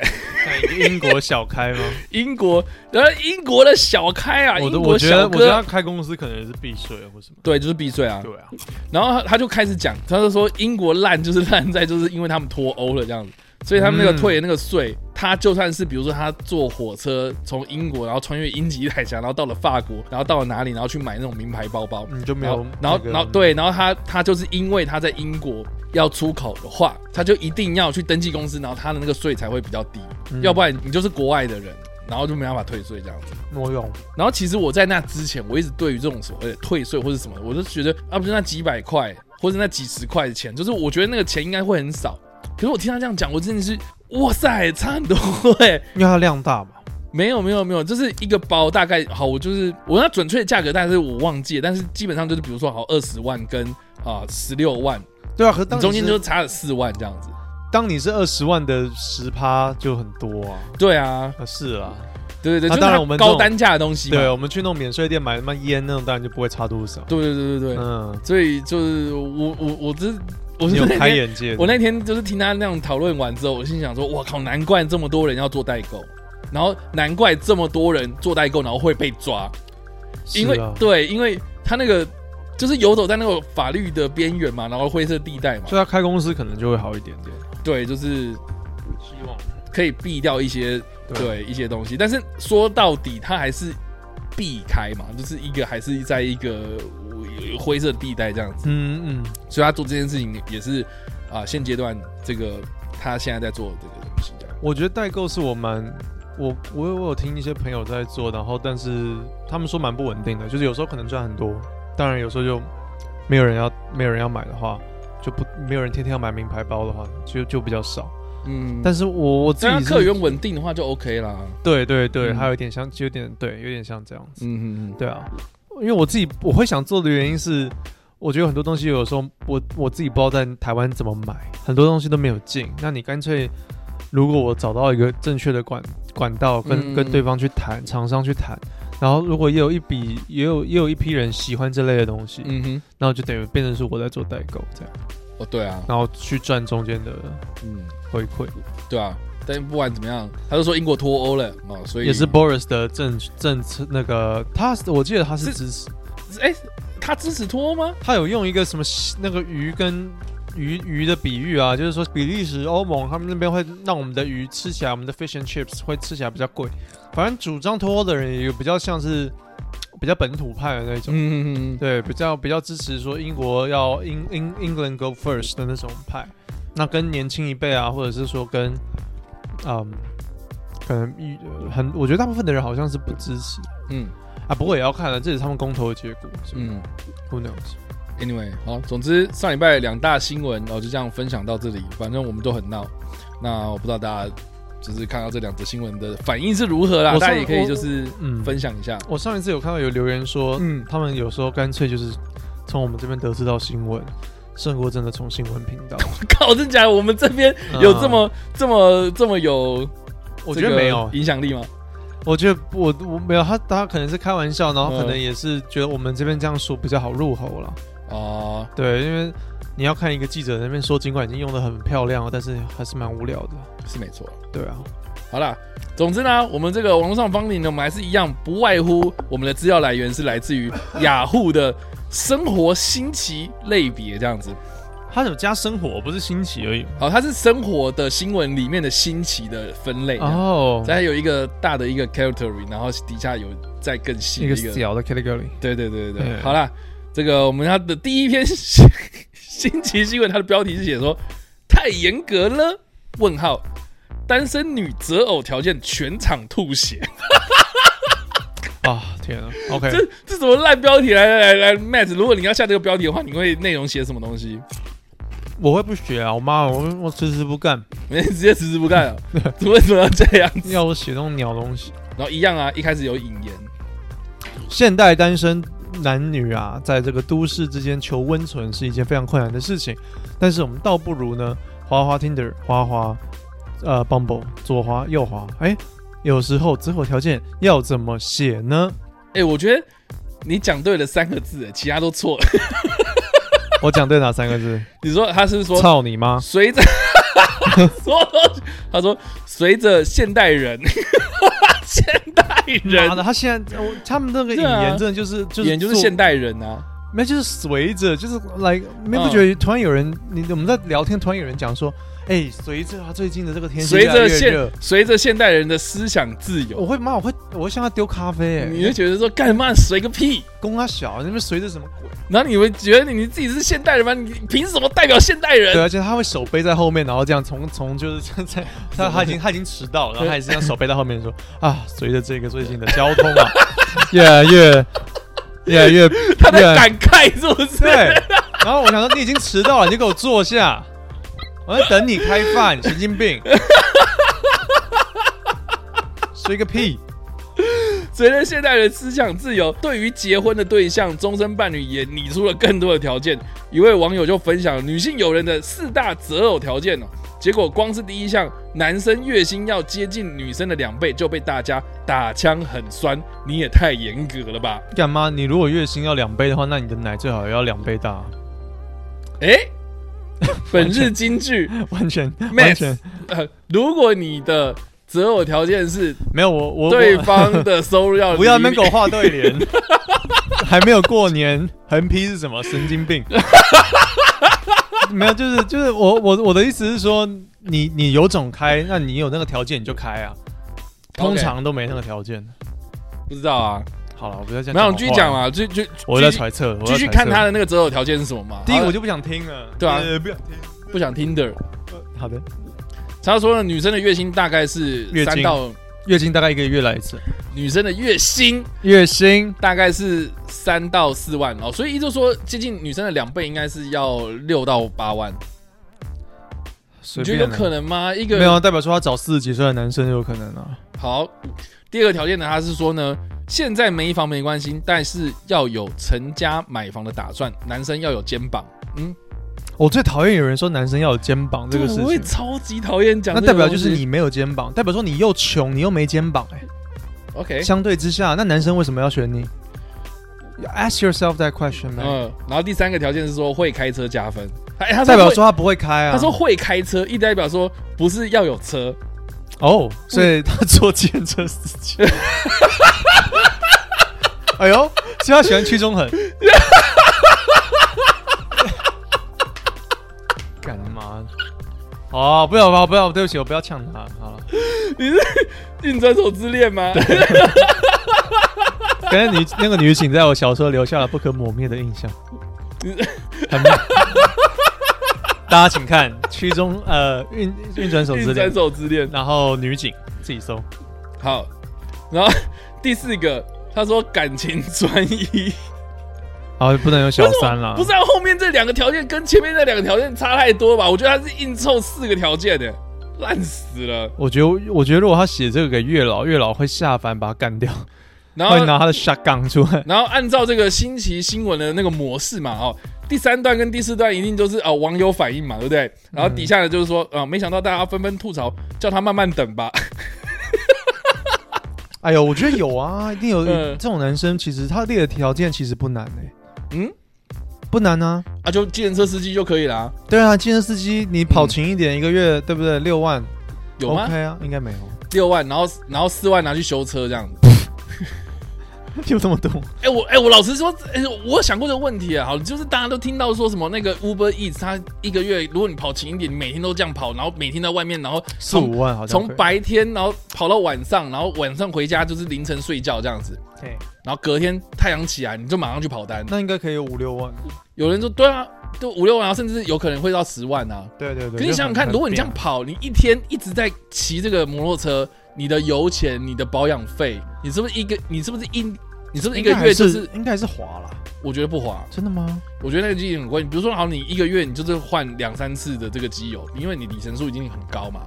英国小开吗？英国，然后英国的小开啊， 我英的国我觉得小我觉得哥他，开公司可能是避税或什么。对，就是避税啊。对啊，然后他他就开始讲，他就说英国烂就是烂在就是因为他们脱欧了这样子，所以他们那个嗯退的那个税，他就算是比如说他坐火车从英国，然后穿越英吉利海峡，然后到了法国，然后到了哪里，然后去买那种名牌包包，你就没然有后，然后那，个然后，对，然后他他就是因为他在英国要出口的话，他就一定要去登记公司，然后他的那个税才会比较低，嗯要不然你就是国外的人，然后就没办法退税这样子。挪用，然后其实我在那之前，我一直对于这种所谓的退税或者什么，我就觉得啊，不是那几百块或者那几十块的钱，就是我觉得那个钱应该会很少。可是我听他这样讲，我真的是哇塞，差很多哎、因为它量大嘛。没有没有没有，就是一个包大概好，我就是我那准确的价格，但是我忘记了，但是基本上就是比如说好二十万跟啊十六万，对啊，可是当你你中间是就差了四万这样子。当你是二十万的十趴就很多啊。对啊，啊，是啊，对对对，就啊是当然它我们这高种单价的东西嘛。对，我哦们去那种免税店买什么烟那种，当然就不会差多少。对对对对对，嗯，所以就是我我我这我你是有那开天眼界的。我那天就是听他那样讨论完之后，我心想说：“哇靠，难怪这么多人要做代购，然后难怪这么多人做代购，然后会被抓，因为、是啊对，因为他那个就是游走在那个法律的边缘嘛，然后灰色地带嘛，所以他开公司可能就会好一点点。对，就是希望可以避掉一些对对一些东西，但是说到底，他还是避开嘛，就是一个还是在一个灰色地带这样子。”嗯嗯，所以他做这件事情也是啊、现阶段这个他现在在做的这个东西这样。我觉得代购是我蛮我我有我有听一些朋友在做，然后但是他们说蛮不稳定的，就是有时候可能赚很多，当然有时候就没有人要没有人要买的话，就不没有人天天要买名牌包的话，就就比较少。嗯，但是我我自只要己客是源稳定的话就 OK 啦。对对对，嗯还有一点像，有点对，有点像这样子。嗯嗯对啊，因为我自己我会想做的原因是，我觉得很多东西有时候我我自己不知道在台湾怎么买，很多东西都没有进。那你干脆，如果我找到一个正确的管管道，跟嗯跟对方去谈，厂商去谈，然后如果也有一笔，也有也有一批人喜欢这类的东西，嗯哼，那我就等于变成是我在做代购这样，哦对啊，然后去赚中间的嗯，回馈，对啊。但不管怎么样，他就说英国脱欧了哦，所以也是 Boris 的政政策那个，他我记得他是是支持。哎、他支持脱欧吗？他有用一个什么那个鱼跟鱼鱼的比喻啊，就是说比利时、欧盟他们那边会让我们的鱼吃起来，我们的 fish and chips 会吃起来比较贵。反正主张脱欧的人也有比较像是比较本土派的那种，嗯嗯嗯对，比较比较支持说英国要英英 England go first 的那种派。那跟年轻一辈啊，或者是说跟嗯，可能一呃很，我觉得大部分的人好像是不支持嗯啊，不过也要看了，这是他们公投的结果，所以嗯。 who knows。 Anyway，好，总之上礼拜两大新闻，然、哦后就这样分享到这里。反正我们都很闹，那我不知道大家就是看到这两则新闻的反应是如何啦，我上大家也可以就是嗯分享一下。我上一次有看到有留言说，嗯他们有时候干脆就是从我们这边得知到新闻，胜过真的从新闻频 道。 靠，真假的？我们这边有这么、这么这么有嗯我这觉得个没有，影响力吗？我觉得我我没有他，他可能是开玩笑，然后可能嗯也是觉得我们这边这样说比较好入喉了。哦、对，因为你要看一个记者在那边说，尽管已经用的很漂亮了，但是还是蛮无聊的。是没错。对啊，好啦，总之呢，我们这个网络上方领呢，我们还是一样，不外乎我们的资料来源是来自 于雅虎的生活新奇类别这样子。他有加生活，不是新奇而已。好，它是生活的新闻里面的新奇的分类。哦哦，它有一个大的一个 category，然后底下有再更细的一个一个小的 category。对对对对对，嗯好啦，这个我们它的第一篇新奇新闻，它的标题是写说太严格了？问号，单身女择偶条件全场吐血， 啊，天啊，OK，这这什么烂标题？来来来来，Matt，如果你要下这个标题的话，你会内容写什么东西？ 我会不学啊，我妈，我我迟迟不 干，你直接辞职不干了？怎么为什么要这样？要我写那种鸟东西。然后一样啊，一开始有引言，现代单身男女啊，在这个都市之间求温存是一件非常困难的事情，但是我们倒不如呢，滑滑 Tinder，滑滑呃 Bumble，左滑右滑，哎，有时候择偶条件要怎么写呢？ 哎、我觉得你讲对了三个字，其他都错了。 我讲对哪三个字？你说他是说操你妈！随着 说他说随着现代人， 现代人妈的，他现在我他们那个引对啊言真的就是、就是演就是做现代人啊，没有，就是随着，就是来，没有不嗯觉得突然有人，你我们在聊天，突然有人讲说，哎、随着啊最近的这个天气随越来着越现热，哦随着现代人的思想自由我，会妈，我会我会向他丢咖啡、哎，你会觉得说干嘛随个屁？公他小，那边随着什么鬼？然后你会觉得你你自己是现代人吗？你凭什么代表现代对，人？而且他会手背在后面，然后这样从 从就是这样在他他 已经他已经迟到了，然后他也是这样手背在后面说 啊，随着这个最近的交通 啊，越来越越来越他在越来感慨是不是？对，然后我想说你已经迟到了，你就给我坐下，我在等你开饭，神经 病，睡个屁！随着现代人思想自由，对于结婚的对象、终身伴侣也拟出了更多的条件。一位网友就分享了女性友人的四大择偶条件哦，结果光是第一项，男生月薪要接近女生的两倍，就被大家打枪很酸，你也太严格了吧？干嘛？你如果月薪要两倍的话，那你的奶最好也要两倍大，诶， 本日金句，完全 Max 完全呃，如果你的择偶条件是没有我我对我方的收入要 不要离跟狗画对联， 还没有过年，横批是什么？神经病！没有，就是就是我我我的意思是说，你你有种开，那你有那个条件你就开啊，通 OK 常都没那个条件。不知道啊？好了，我不要讲。没有，你继续讲，嘛，就就我在揣测。我在继续揣测看他的那个择偶条件是什么嘛？第一个好我就不想听了。对啊呃不想听。不想 Tinder。好的，他说呢，女生的月薪大概是月三经到月经大概一个月来一次，女生的月薪月薪大概是三到四万哦，所以也就是说接近女生的两倍，应该是要六到八万。随你觉得便有啊可能吗？一个没有啊代表说他找四十几岁的男生有可能啊。好。第二个条件呢，他是说呢，现在没房没关系，但是要有成家买房的打算，男生要有肩膀。嗯，我最讨厌有人说男生要有肩膀这个事对我会情，超级讨厌讲那这个东西。代表就是你没有肩膀，代表说你又穷，你又没肩膀。哎， OK，相对之下，那男生为什么要选你？You？Ask yourself that question, man。嗯，然后第三个条件是说会开车加分。哎，他代表会说他不会开啊。他说会开车，一代表说不是要有车，哦，所以他做兼车司机。 哎呦，所以他喜欢屈中恒。 干嘛？哦，不要不要不要，对不起，我不要呛他。好了，运转手之恋吗？ 可是你那个女警在我小时候留下了不可磨灭的印 象你。很棒。大家请看《曲中呃运运转手之运恋转》，手之恋。然后女警自己搜。好，然后第四个，他说感情专一。好，不能有小三了。不是啊，后面这两个条件跟前面那两个条件差太多吧？我觉得他是硬凑四个条件的，烂死了。我觉得，我觉得如果他写这个给月老，月老会下凡把他干掉，然会后，拿他的 shotgun 出 来。然后按照这个新奇新闻的那个模式嘛，哦。第三段跟第四段一定就是哦网友反应嘛，对不对？然后底下呢就是说啊、没想到大家纷纷吐槽，叫他慢慢等吧。 哎呦，我觉得有啊，一定有嗯这种男生。其实他列的条件其实不难哎、嗯，不难啊。啊，就计程车司机就可以啦、对啊，计程司机你跑勤一点，一个月对不对？六万嗯有吗？ ？OK 啊，应该没有，六万，然后然后四万拿去修车这样子。 有这么多。哎、我哎、我老实说，哎、我有想过这个问题啊。好，就是大家都听到说什么那个 Uber Eats，它一个月如果你跑勤一点，你每天都这样跑，然后每天在外面，然后四从五万好像从可以白天然后跑到晚上，然后晚上回家就是凌晨睡觉这样子，对然后隔天太阳起来你就马上去跑单。那应该可以有五六万。有人说对啊，就五六万，然后甚至有可能会到十万啊。对对对。可是你就想想很看，很如果你这样扁跑，你一天一直在骑这个摩托车，你的油钱、你的保养费，你是不是一个？你是不是一？你是不是一个应该还月就是是？应该还是滑了，我觉得不划，真的吗？我觉得那个机油很贵。比如说，好，你一个月你就是换两三次的这个机油，因为你里程数已经很高嘛。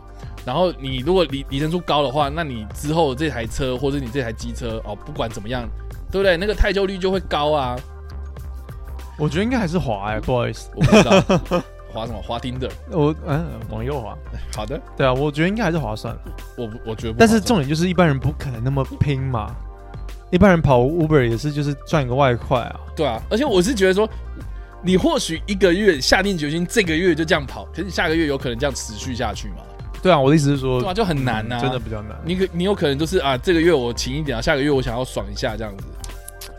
然后你如果里里程数高的话，那你之后这台车或者你这台机车哦，不管怎么样，对不对？那个太旧率就会高啊。我觉得应该还是滑哎，不好意思，我不知 道滑什么滑 Tinder。我嗯往右滑，好的，对啊，我觉得应该还是划算，我不我觉得不划算，但是重点就是一般人不可能那么拼嘛，一般人跑 Uber 也是就是赚个外快啊，对啊，而且我是觉得说，你或许一个月下定决心，这个月就这样跑，可是你下个月有可能这样持续下去嘛？对啊，我的意思是说对啊，就很难呐、嗯真的，比较难。你可你有可能就是啊，这个月我勤一点啊，下个月我想要爽一下这样子。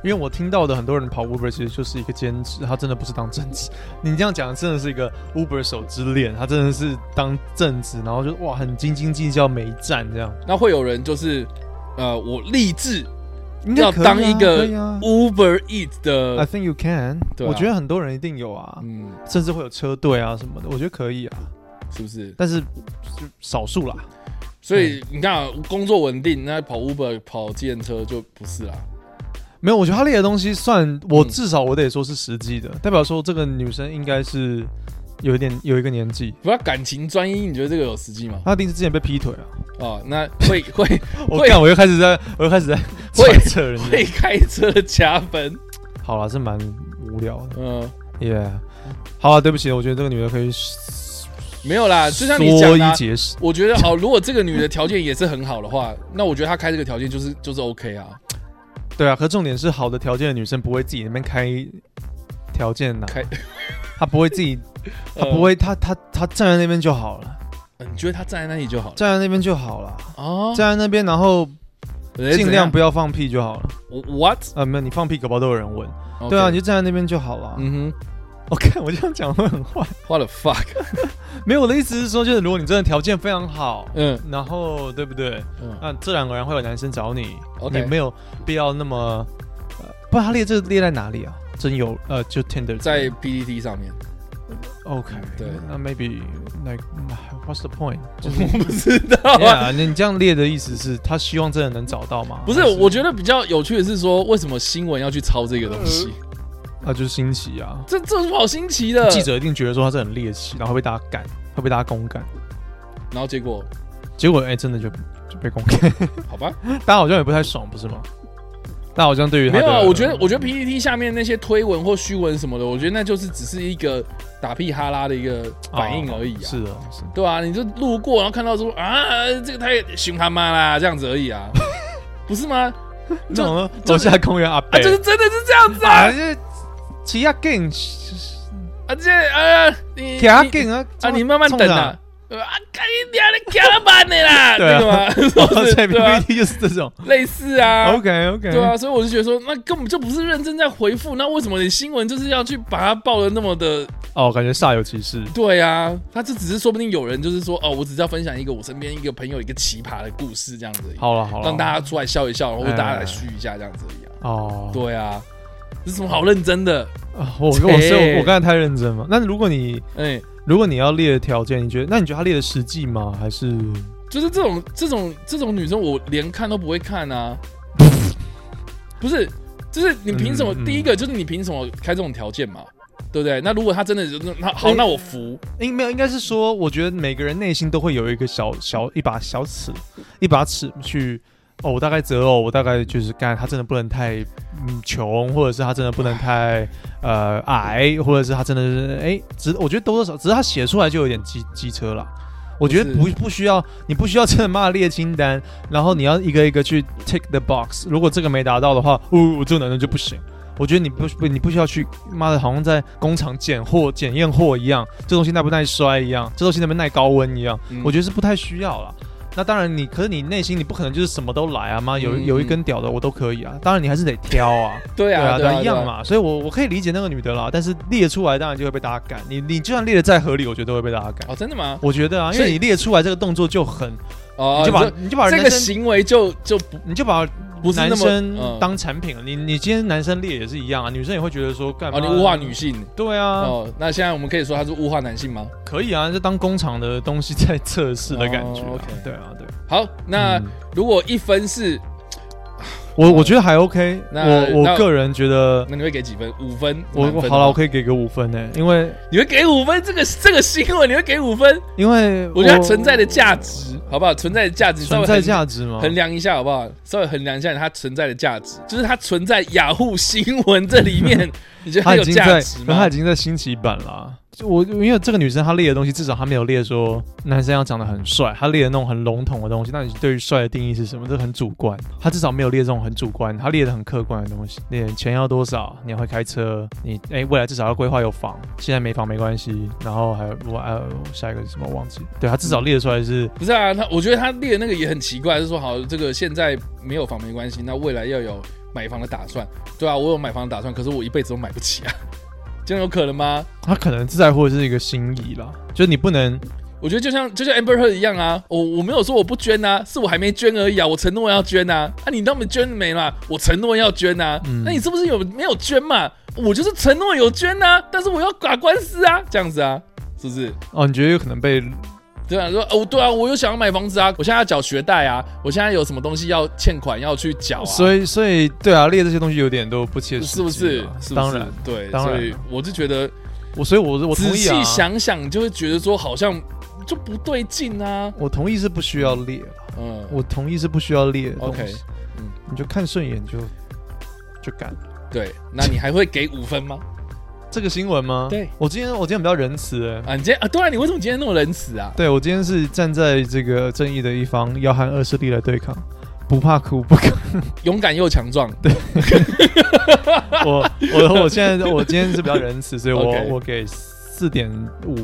因为我听到的很多人跑 Uber 其实就是一个兼职，他真的不是当正职。你这样讲真的是一个 Uber 手之恋，他真的是当正职，然后就哇很斤斤计较每一站这样。那会有人就是，呃，我立志应该要可以啊当一个可以啊 Uber Eat I 的， think you can，、对啊我觉得很多人一定有啊，嗯，甚至会有车队啊什么的，我觉得可以啊，是不是？但是就少数啦。所以你看、啊，工作稳定，那跑 Uber 跑计程车就不是啦。没有，我觉得他列的东西算，我嗯至少我得说是实际的，代表说这个女生应该是有一点有一个年纪，不要感情专一，你觉得这个有实际吗？她一定是之前被劈腿啊。哦，那会 会我会看我又开始在，我又开始在会揣测人家。会开车加分，好了，是蛮无聊的，嗯、耶、好了，对不起，我觉得这个女的可以没有啦，就像你缩讲的啊、衣节食。我觉得好，如果这个女的条件也是很好的话， 那我觉得她开这个条件就是就是 OK 啊，对啊，可重点是好的条件的女生不会自己那边开条件呐、开她不会 自己，她呃不，会，她她她站在那边就好了，呃你觉得她站在那里就好了站在那边就好了，哦，站在那边然后人家尽怎量样不要放屁就好了。我 what？啊，没有，你放屁，搞不好都有人问。对啊，你 OK 就站在那边就好了。嗯哼我看我这样讲会很坏， ，what the fuck？没有，我的意思是说，就是如果你真的条件非常好，嗯然后对不对？嗯，那自然而然会有男生找你 OK 你没有必要那么，呃、不然他列这列在哪里啊？真有呃，就 Tinder 在 PPT 上面， OK 对那 maybe like what's the point？就我是不知道啊。 yeah, 你这样列的意思是他希望真的能找到吗？不是，还我觉得比较有趣的是说，为什么新闻要去抄这个东西？啊，就是新奇啊，这这有什么好新奇的？记，者一定觉得说他是很猎奇，然后会被大家赶，会被大家公干，然后结果，结果哎、真的就就被公 干，好吧，大家好像也不太爽，不是吗？大家好像对于他没的有啊。我觉得，我觉得 PPT 下面那些推文或虚文什么的，我觉得那就是只是一个打屁哈拉的一个反应而已啊。是的，是的对啊，你就路过，然后看到说啊，这个太熊他妈啦，这样子而已 啊，不是吗？那就种楼就是下公园阿伯啊，就是真的是这样子啊，啊，这骑啊更啊这啊你骑啊你更啊啊，你慢慢等 啊，，呃啊，看你娘的卡了板的啦，对啊这个吗？是 冲啥不是所以对啊， PPT 就是这种。类似啊。 OK OK，对啊，所以我就觉得说，那根本就不是认真在回复，那为什么你新闻就是要去把它报的那么的？哦，感觉煞有其事。对啊，他这只是说不定有人就是说，哦，我只是要分享一个我身边一个朋友一个奇葩的故事这样子而已，好了好了，让大家出来笑一笑，然后哎大家来嘘一下这样子而已啊。哦，对啊，这是什么好认真的？啊，我我所以我切我刚才太认真了。那如果你哎、如果你要列的条件，你觉得那你觉得他列的实际吗？还是就是这种这种这种女生，我连看都不会看 啊。不是，就是你凭什么？嗯嗯第一个就是你凭什么开这种条件嘛？对不对？那如果她真的就是那好，哎那我服。应没有应该是说，我觉得每个人内心都会有一个小小一把小尺，一把尺去。哦，我大概择偶，我大概就是干，他真的不能太嗯穷，或者是他真的不能太呃矮，或者是他真的是哎，只我觉得多多少少，只是他写出来就有点机机车了。我觉得不不不需要，你不需要真的骂列清单，然后你要一个一个去 tick the box。如果这个没达到的话，呜、哦，这个男人就不行。我觉得你不不你不需要去妈的，好像在工厂检货检验货一样，这东西耐不耐摔一样，这东西耐不耐高温一样，嗯我觉得是不太需要啦。那当然你，可是你内心你不可能就是什么都来啊，妈有嗯有一根屌的我都可以啊。当然你还是得挑啊， 对啊，对对啊，一样。嘛。所以我我可以理解那个女的啦，但是列出来当然就会被大家赶。你你就算列的再合理，我觉得都会被大家赶。哦，真的吗？我觉得啊，因所为以你列出来这个动作就很，哦，你就把你你就把说这人个生，行为就就不你就把不是那男么生嗯当产品了，你你今天男生猎也是一样啊，女生也会觉得说干嘛？哦，你物化女性对啊，哦，那现在我们可以说它是物化男性吗？可以啊，就当工厂的东西在测试的感觉啊、哦，OK 对啊，对。好，那嗯如果一分是，我我觉得还 OK，那我那我个人觉得那你会给几分？五分？我满分我的好了，话我可以给个五分呢、因为你会给五分？这个这个新闻你会给五分？因为我觉得它存在的价值，好不好？存在的价值，稍哦存微在衡价值嘛，衡量一下，好不好？稍微衡量一下它存在的价值，就是它存在雅虎新闻这里 面，你觉得他它有已经在价值，那他吗已？经在新奇版了啊。就我因为这个女生她列的东西，至少她没有列说男生要长得很帅，她列的那种很笼统的东西。那你对于帅的定义是什么？这很主观。她至少没有列这种很主观，她列的很客观的东西。你钱要多少？你要会开车？你哎、未来至少要规划有房，现在没房没关系。然后还有我呃下一个是什么忘记？对她至嗯少列出来是不是啊，他我觉得他列的那个也很奇怪，就是说好这个现在没有房没关系，那未来要有买房的打算，对啊，我有买房的打算，可是我一辈子都买不起啊，这样有可能吗？她可能自在乎的是一个心意啦，就是你不能我觉得就像就像 Amber Heard 一样啊，我我没有说我不捐啊，是我还没捐而已啊，我承诺要捐啊，啊你那么捐没嘛？我承诺要捐啊，嗯那你是不是有没有捐嘛？我就是承诺有捐啊，但是我要打官司啊，这样子啊，是不是？哦，你觉得有可能被对啊，说哦对啊，我有想要买房子啊，我现在要缴学贷啊，我现在有什么东西要欠款要去缴啊，所以，所以，对啊，列这些东西有点都不切实际是啊、不是？是不是当然，对，当然所以我就觉得我所以我，我同仔意细啊，想想，就会觉得说好像就不对劲啊。我同意是不需要列了，嗯，我同意是不需要列的东西 OK，嗯你就看顺眼就就干。对，那你还会给五分吗？这个新闻吗？对，我今天我今天比较仁慈、欸，啊，你今天啊，对啊，你为什么今天那么仁慈啊？对我今天是站在这个正义的一方，要和恶势力来对抗，不怕苦不敢。勇敢又强壮，我我我现在我今天是比较仁慈，所以我 OK 我给四点五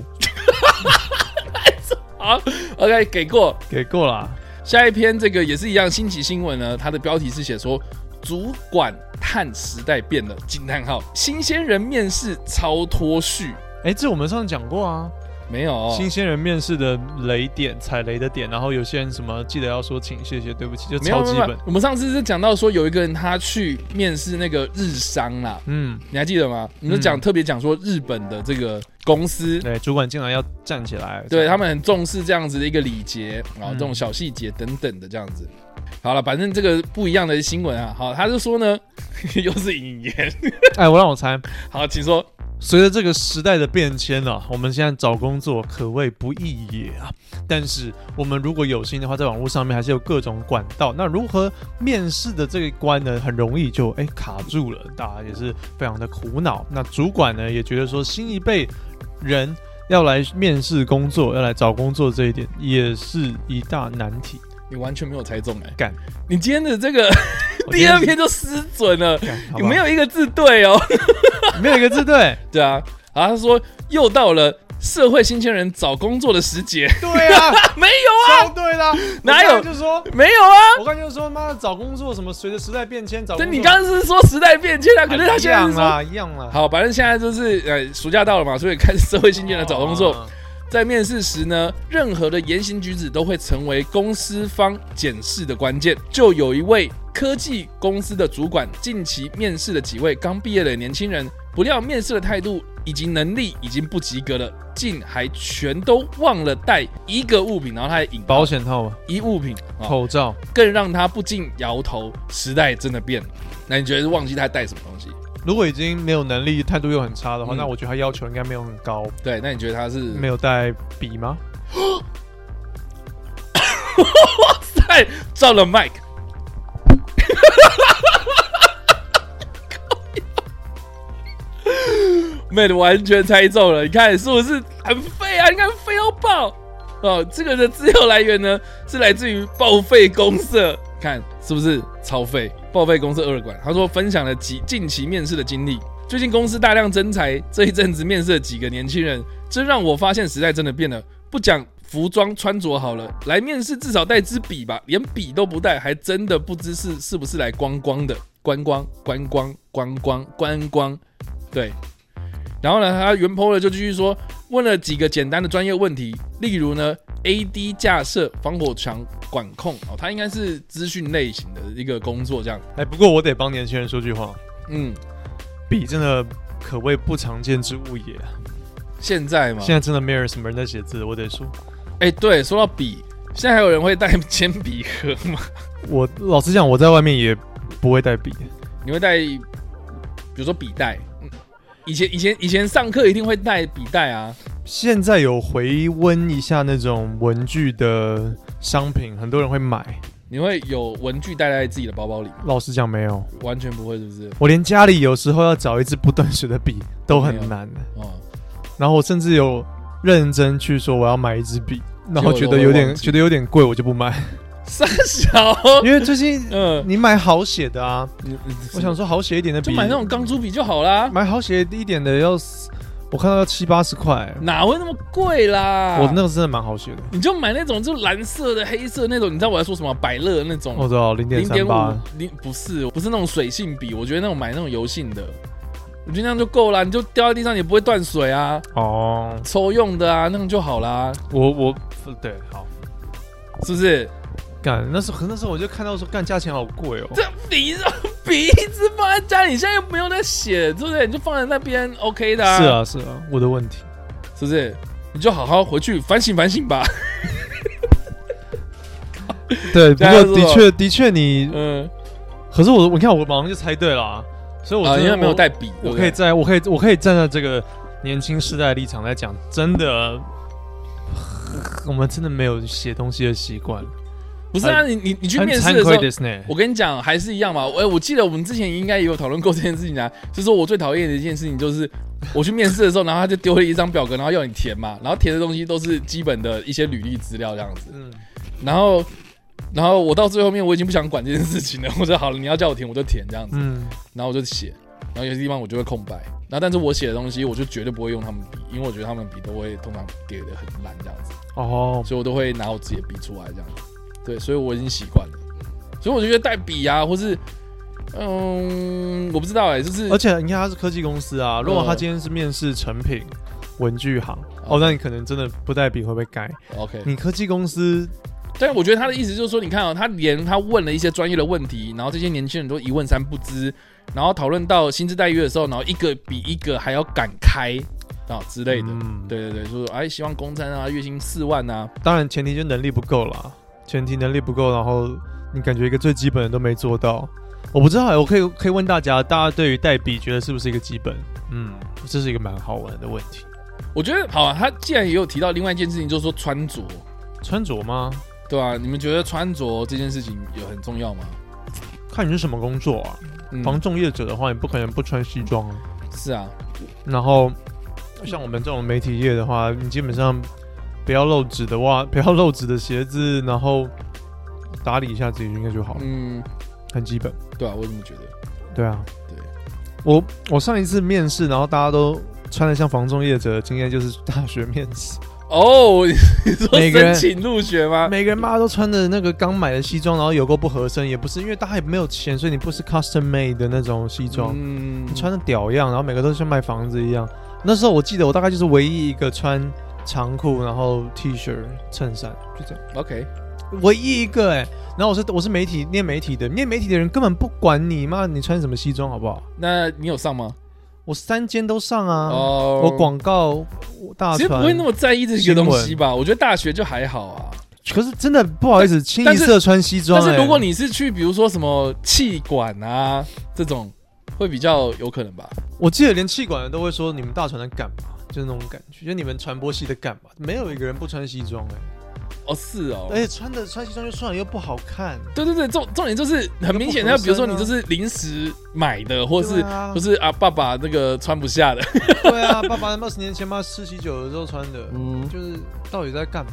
好，OK，给过。给够啊啦。下一篇这个也是一样，新奇新闻呢，它的标题是写说主管探时代变了，惊叹号，新鲜人面试超脱序，哎、这我们上次讲过啊，没有新鲜人面试的雷点、踩雷的点，然后有些人什么记得要说请、谢谢、对不起，就没有超基没有没本有。我们上次是讲到说有一个人他去面试那个日商啦，嗯，你还记得吗？你们讲、特别讲说日本的这个公司，对，主管进来要站起来，对他们很重视这样子的一个礼节啊，嗯这种小细节等等的这样子。好了，反正这个不一样的新闻啊，好，他就说呢， 又是引言，哎，我让我猜，好，请说。随着这个时代的变迁啊，我们现在找工作可谓不易也啊。但是我们如果有心的话，在网络上面还是有各种管道。那如何面试的这一关呢，很容易就哎、卡住了，大家也是非常的苦恼。那主管呢也觉得说，新一辈人要来面试工作，要来找工作这一点也是一大难题。 你完全没有猜中哎、干，你今天的这个 我第二今篇天就失准了，干好你 吧没有一个字对哦。 没有一个字对，对啊，然后他说又到了社会新鲜人找工作的时节， 对啊，没有超对啦， 哪有我刚才就说。啊，没有啊。 我刚才就说，妈的，找工作什么，随着时代变迁，找工但作你刚刚是说时代变迁啊，可是他现在是一样说。啦，一样啦。啊好，反正现在就是呃，暑假到了嘛，所以开始社会新鲜人找工作。啊在面试时呢，任何的言行举止都会成为公司方检视的关键。就有一位科技公司的主管，近期面试了几位刚毕业的年轻人，不料面试的态度以及能力已经不及格了，竟还全都忘了带一个物品，然后他还引保险套嘛，一物品，哦、口罩，更让他不禁摇头。时代真的变了，那你觉得是忘记他带什么东西？如果已经没有能力，态度又很差的话，嗯那我觉得他要求应该没有很高。对，那你觉得他是没有带笔吗？太照了 Mike。妹的完全猜中了，你看是不是很废啊？你看废到爆哦！这个的资料来源呢是来自于报废公社，看是不是超废？报废公社二馆，他说分享了几近期面试的经历。最近公司大量征才，这一阵子面试了几个年轻人，这让我发现时代真的变了。不讲服装穿着好了，来面试至少带支笔吧，连笔都不带，还真的不知是是不是来观光的，观光观光观光观光，对。然后呢，他原 po 了就继续说，问了几个简单的专业问题，例如呢， AD 架设防火墙管控哦，它应该是资讯类型的一个工作这样。哎，不过我得帮年轻人说句话，嗯，笔真的可谓不常见之物也。现在嘛现，在真的没有什么人在写字，我得说，哎、对，说到笔，现在还有人会带 铅笔盒吗？我老实讲，我在外面也不会带笔。你会带，比如说笔袋？嗯以前以前以前上课一定会带笔袋啊，现在有回温一下那种文具的商品，很多人会买。你会有文具袋在自己的包包里吗，老实讲，没有，完全不会是不是？我连家里有时候要找一支不断水的笔都很难。哦，然后我甚至有认真去说我要买一支 笔，然后结觉得果都会有点忘记觉得有点贵，我就不买。 三小，因为最近嗯，你买好写的啊，你你我想说好写一点的就笔，买那种钢珠笔就好啦，买好写一点的要死，我看到要七八十块。哪会那么贵啦？我那个真的蛮好写的，你就买那种就蓝色的、黑色那种，你知道我在说什么？百乐那种我知哦道零点零三点八五，嗯零不是不是那种水性笔，我觉得那种买那种油性的，我觉得那样就够啦，你就掉在地上也不会断水啊，哦，抽用的啊，那种就好啦，我我对好是不是？干那时候那时候我就看到说干价钱好贵哦，这笔这笔一直放在家里，现在又不用再写，对不对？你就放在那边 OK 的、是，啊是啊，我的问题，是不是？你就好好回去反省反省吧。对，不对啊过是的我确的确你，嗯，可是我我看我马上就猜对了啊，所以我啊，真因为的没有我带笔，对我不可对以在我可以我可以站在这个年轻世代的立场来讲，真的，我们真的没有写东西的习惯，不是啊，你你你去很面试惭的时愧候，的是呢。我跟你讲，还是一样嘛。我、哎我记得我们之前应该也有讨论过这件事情啊，就是说我最讨厌的一件事情就是我去面试的时候，然后他就丢了一张表格，然后要你填嘛，然后填的东西都是基本的一些履历资料这样子，嗯，然后。然后我到最后面我已经不想管这件事情了，我说好了，你要叫我填我就填这样子，嗯，然后我就写，然后有些地方我就会空白，然后但是我写的东西我就绝对不会用他们笔，因为我觉得他们笔都会通常叠的很烂这样子，哦，所以我都会拿我自己的笔出来这样。对，所以我已经习惯了。所以我就觉得带笔啊，或是嗯，我不知道哎、就是嗯而且你看他是科技公司啊，如果他今天是面试成品文具行，哦，那你可能真的不带笔会被改。 OK，你科技公司但我觉得他的意思就是说，你看啊、他连他问了一些专业的问题，然后这些年轻人都一问三不知，然后讨论到薪资待遇的时候，然后一个比一个还要敢开啊之类的。嗯，对对对，就是哎，希望工资啊，月薪四万啊，当然前提就能力不够啦，前提能力不够，然后你感觉一个最基本的都没做到，我不知道欸、我可以可以问大家，大家对于代笔觉得是不是一个基本？嗯，这是一个蛮好玩的问题。我觉得好啊。他既然也有提到另外一件事情，就是说穿着，穿着吗？对吧、你们觉得穿着这件事情有很重要吗？看你是什么工作啊？嗯，防重业者的话，你不可能不穿西装啊。是啊，然后像我们这种媒体业的话，你基本上不要露趾的袜，不要露趾的鞋子，然后打理一下自己应该就好了，嗯，很基本。对啊，我这么觉得。对啊，对，我我上一次面试，然后大家都穿的像防重业者的经验，就是大学面试， 哦， 你说每个人申请入学吗？每个人妈都穿的那个刚买的西装，然后有够不合身，也不是因为大家也没有钱，所以你不是 custom made 的那种西装，嗯你穿的屌样，然后每个都像卖房子一样。那时候我记得我大概就是唯一一个穿长裤，然后 T 恤、衬衫，就这样， OK，唯一一个哎、然后我是我是媒体，念媒体的，念媒体的人根本不管你妈你穿什么西装好不好？那你有上吗？我三间都上啊。哦我广告我大其实不船，会那么在意这些新闻东西吧？我觉得大学就还好啊。可是真的不好意思，清一但是色穿西装、但欸。是如果你是去比如说什么气管啊这种，会比较有可能吧？我记得连气管的都会说你们大船在干嘛，就是那种感觉，就你们传播系的干嘛，没有一个人不穿西装哎、哦，是哦。而且穿的穿西装就算了，又不好看。对对对，重重点就是很明显，那那不合身啊比如说你就是临时买的，或是对啊不是啊爸爸那个穿不下的，对 啊，爸爸二十年前妈吃喜酒的时候穿的，嗯，就是到底在干嘛？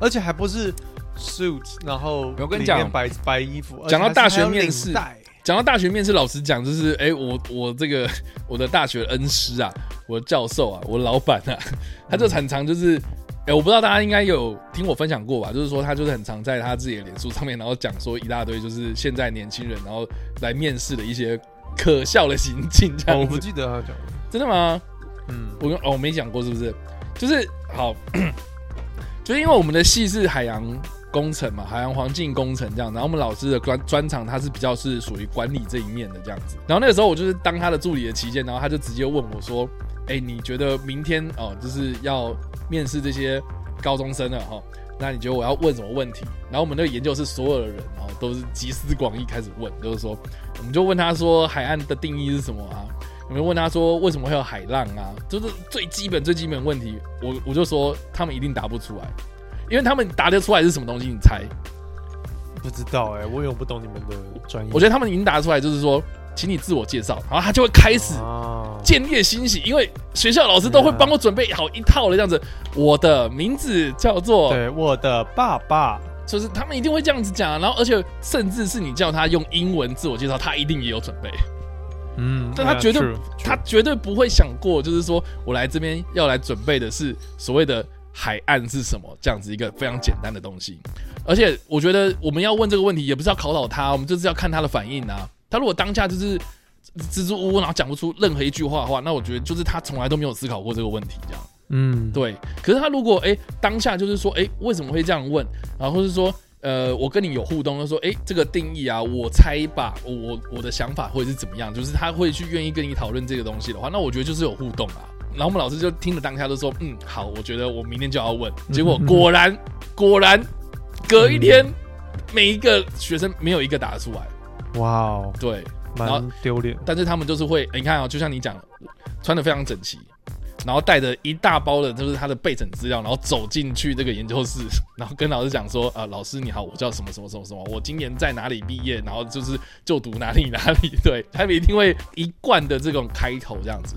而且还不是 suit，然后我跟你里面讲白白衣服。讲到而且大还是学还有面试领带讲到大学面试，老实讲，就是哎、我我这个 我的大学恩师啊，我的教授啊，我老板啊， 他就很常就是，哎、我不知道大家应该有听我分享过吧，就是说他就是很常在他自己的脸书上面，然后讲说一大堆就是现在年轻人然后来面试的一些可笑的行径，这哦我样不子，记得他讲的，真的吗？嗯，我跟哦我没讲过是不是？就是好， 就因为我们的系是海洋工程嘛，海洋环境工程这样，然后我们老师的专专长他是比较是属于管理这一面的这样子。然后那个时候我就是当他的助理的期间，然后他就直接问我说：“哎、你觉得明天哦、就是要面试这些高中生了哈、哦，那你觉得我要问什么问题？”然后我们那个研究室所有的人哦都是集思广益开始问，就是说我们就问他说海岸的定义是什么啊？我们问他说为什么会有海浪啊？就是最基本最基本的问题，我我就说他们一定答不出来，因为他们答得出来是什么东西，你猜？不知道哎、我有不懂你们的专业，我觉得他们已经答出来，就是说，请你自我介绍，然后他就会开始啊建立欣喜，因为学校老师都会帮我准备好一套了，这样子。我的名字叫做，对我的爸爸就是他们一定会这样子讲，啊然后而且甚至是你叫他用英文自我介绍，他一定也有准备。嗯，但他啊绝对 true，他绝对不会想过，就是说我来这边要来准备的是所谓的海岸是什么这样子一个非常简单的东西。而且我觉得我们要问这个问题，也不是要考倒他，我们就是要看他的反应啊。他如果当下就是支支吾吾，然后讲不出任何一句话的话，那我觉得就是他从来都没有思考过这个问题这样。嗯，对，可是他如果哎、当下就是说哎、为什么会这样问，然后是说呃我跟你有互动，就说哎、这个定义啊，我猜吧，我我我的想法或者是怎么样，就是他会去愿意跟你讨论这个东西的话，那我觉得就是有互动啊。然后我们老师就听了当下就说嗯好，我觉得我明天就要问，结果果然果然隔一天、每一个学生没有一个答得出来，哇哦，对，然后蛮丢脸，但是他们就是会，诶你看啊、就像你讲，的，穿的非常整齐，然后带着一大包的，就是他的备审资料，然后走进去这个研究室， 然后跟老师讲说，啊、老师你好，我叫什么什么什么什么，我今年在哪里毕业，然后就是就读哪里哪里， 对，他们一定会一贯的这种开头这样子。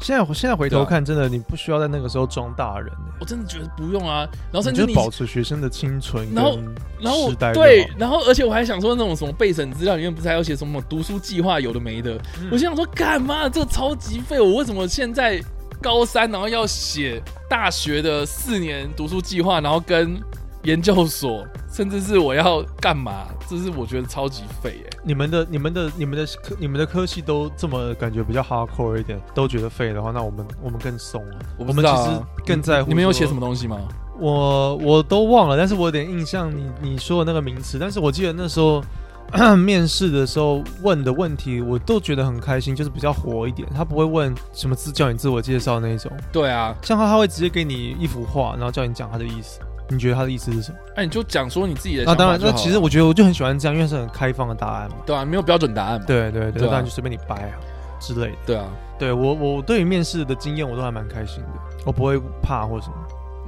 现在现在回对头啊看，真的你不需要在那个时候装大人哎、我真的觉得不用啊，然后你甚至就你保持学生的清纯跟然后然后时代就好对，然后而且我还想说那种什么备审资料里面不是还有写什么读书计划有的没的，嗯我心想说干嘛这超级废，我为什么现在高三然后要写大学的四年读书计划，然后跟研究所，甚至是我要干嘛，这是我觉得超级废哎、你们的、你们的、你们的科、你们的科系都这么感觉比较 hardcore 一点，都觉得废的话，那我们我们更松了。我不我知们道其啊实更在乎你们有写什么？么东西吗？我我都忘了，但是我有点印象你你说的那个名词，但是我记得那时候。 面试的时候问的问题，我都觉得很开心，就是比较活一点。他不会问什么自叫你自我介绍那一种，对啊，像他他会直接给你一幅画，然后叫你讲他的意思。你觉得他的意思是什么？那、你就讲说你自己的那、想法啊当然，就那好其实了我觉得我就很喜欢这样，因为是很开放的答案嘛。对啊，没有标准答案嘛，对对对，对啊当然就随便你掰啊之类的。对啊。对我，我对于面试的经验我都还蛮开心的，我不会怕或什么。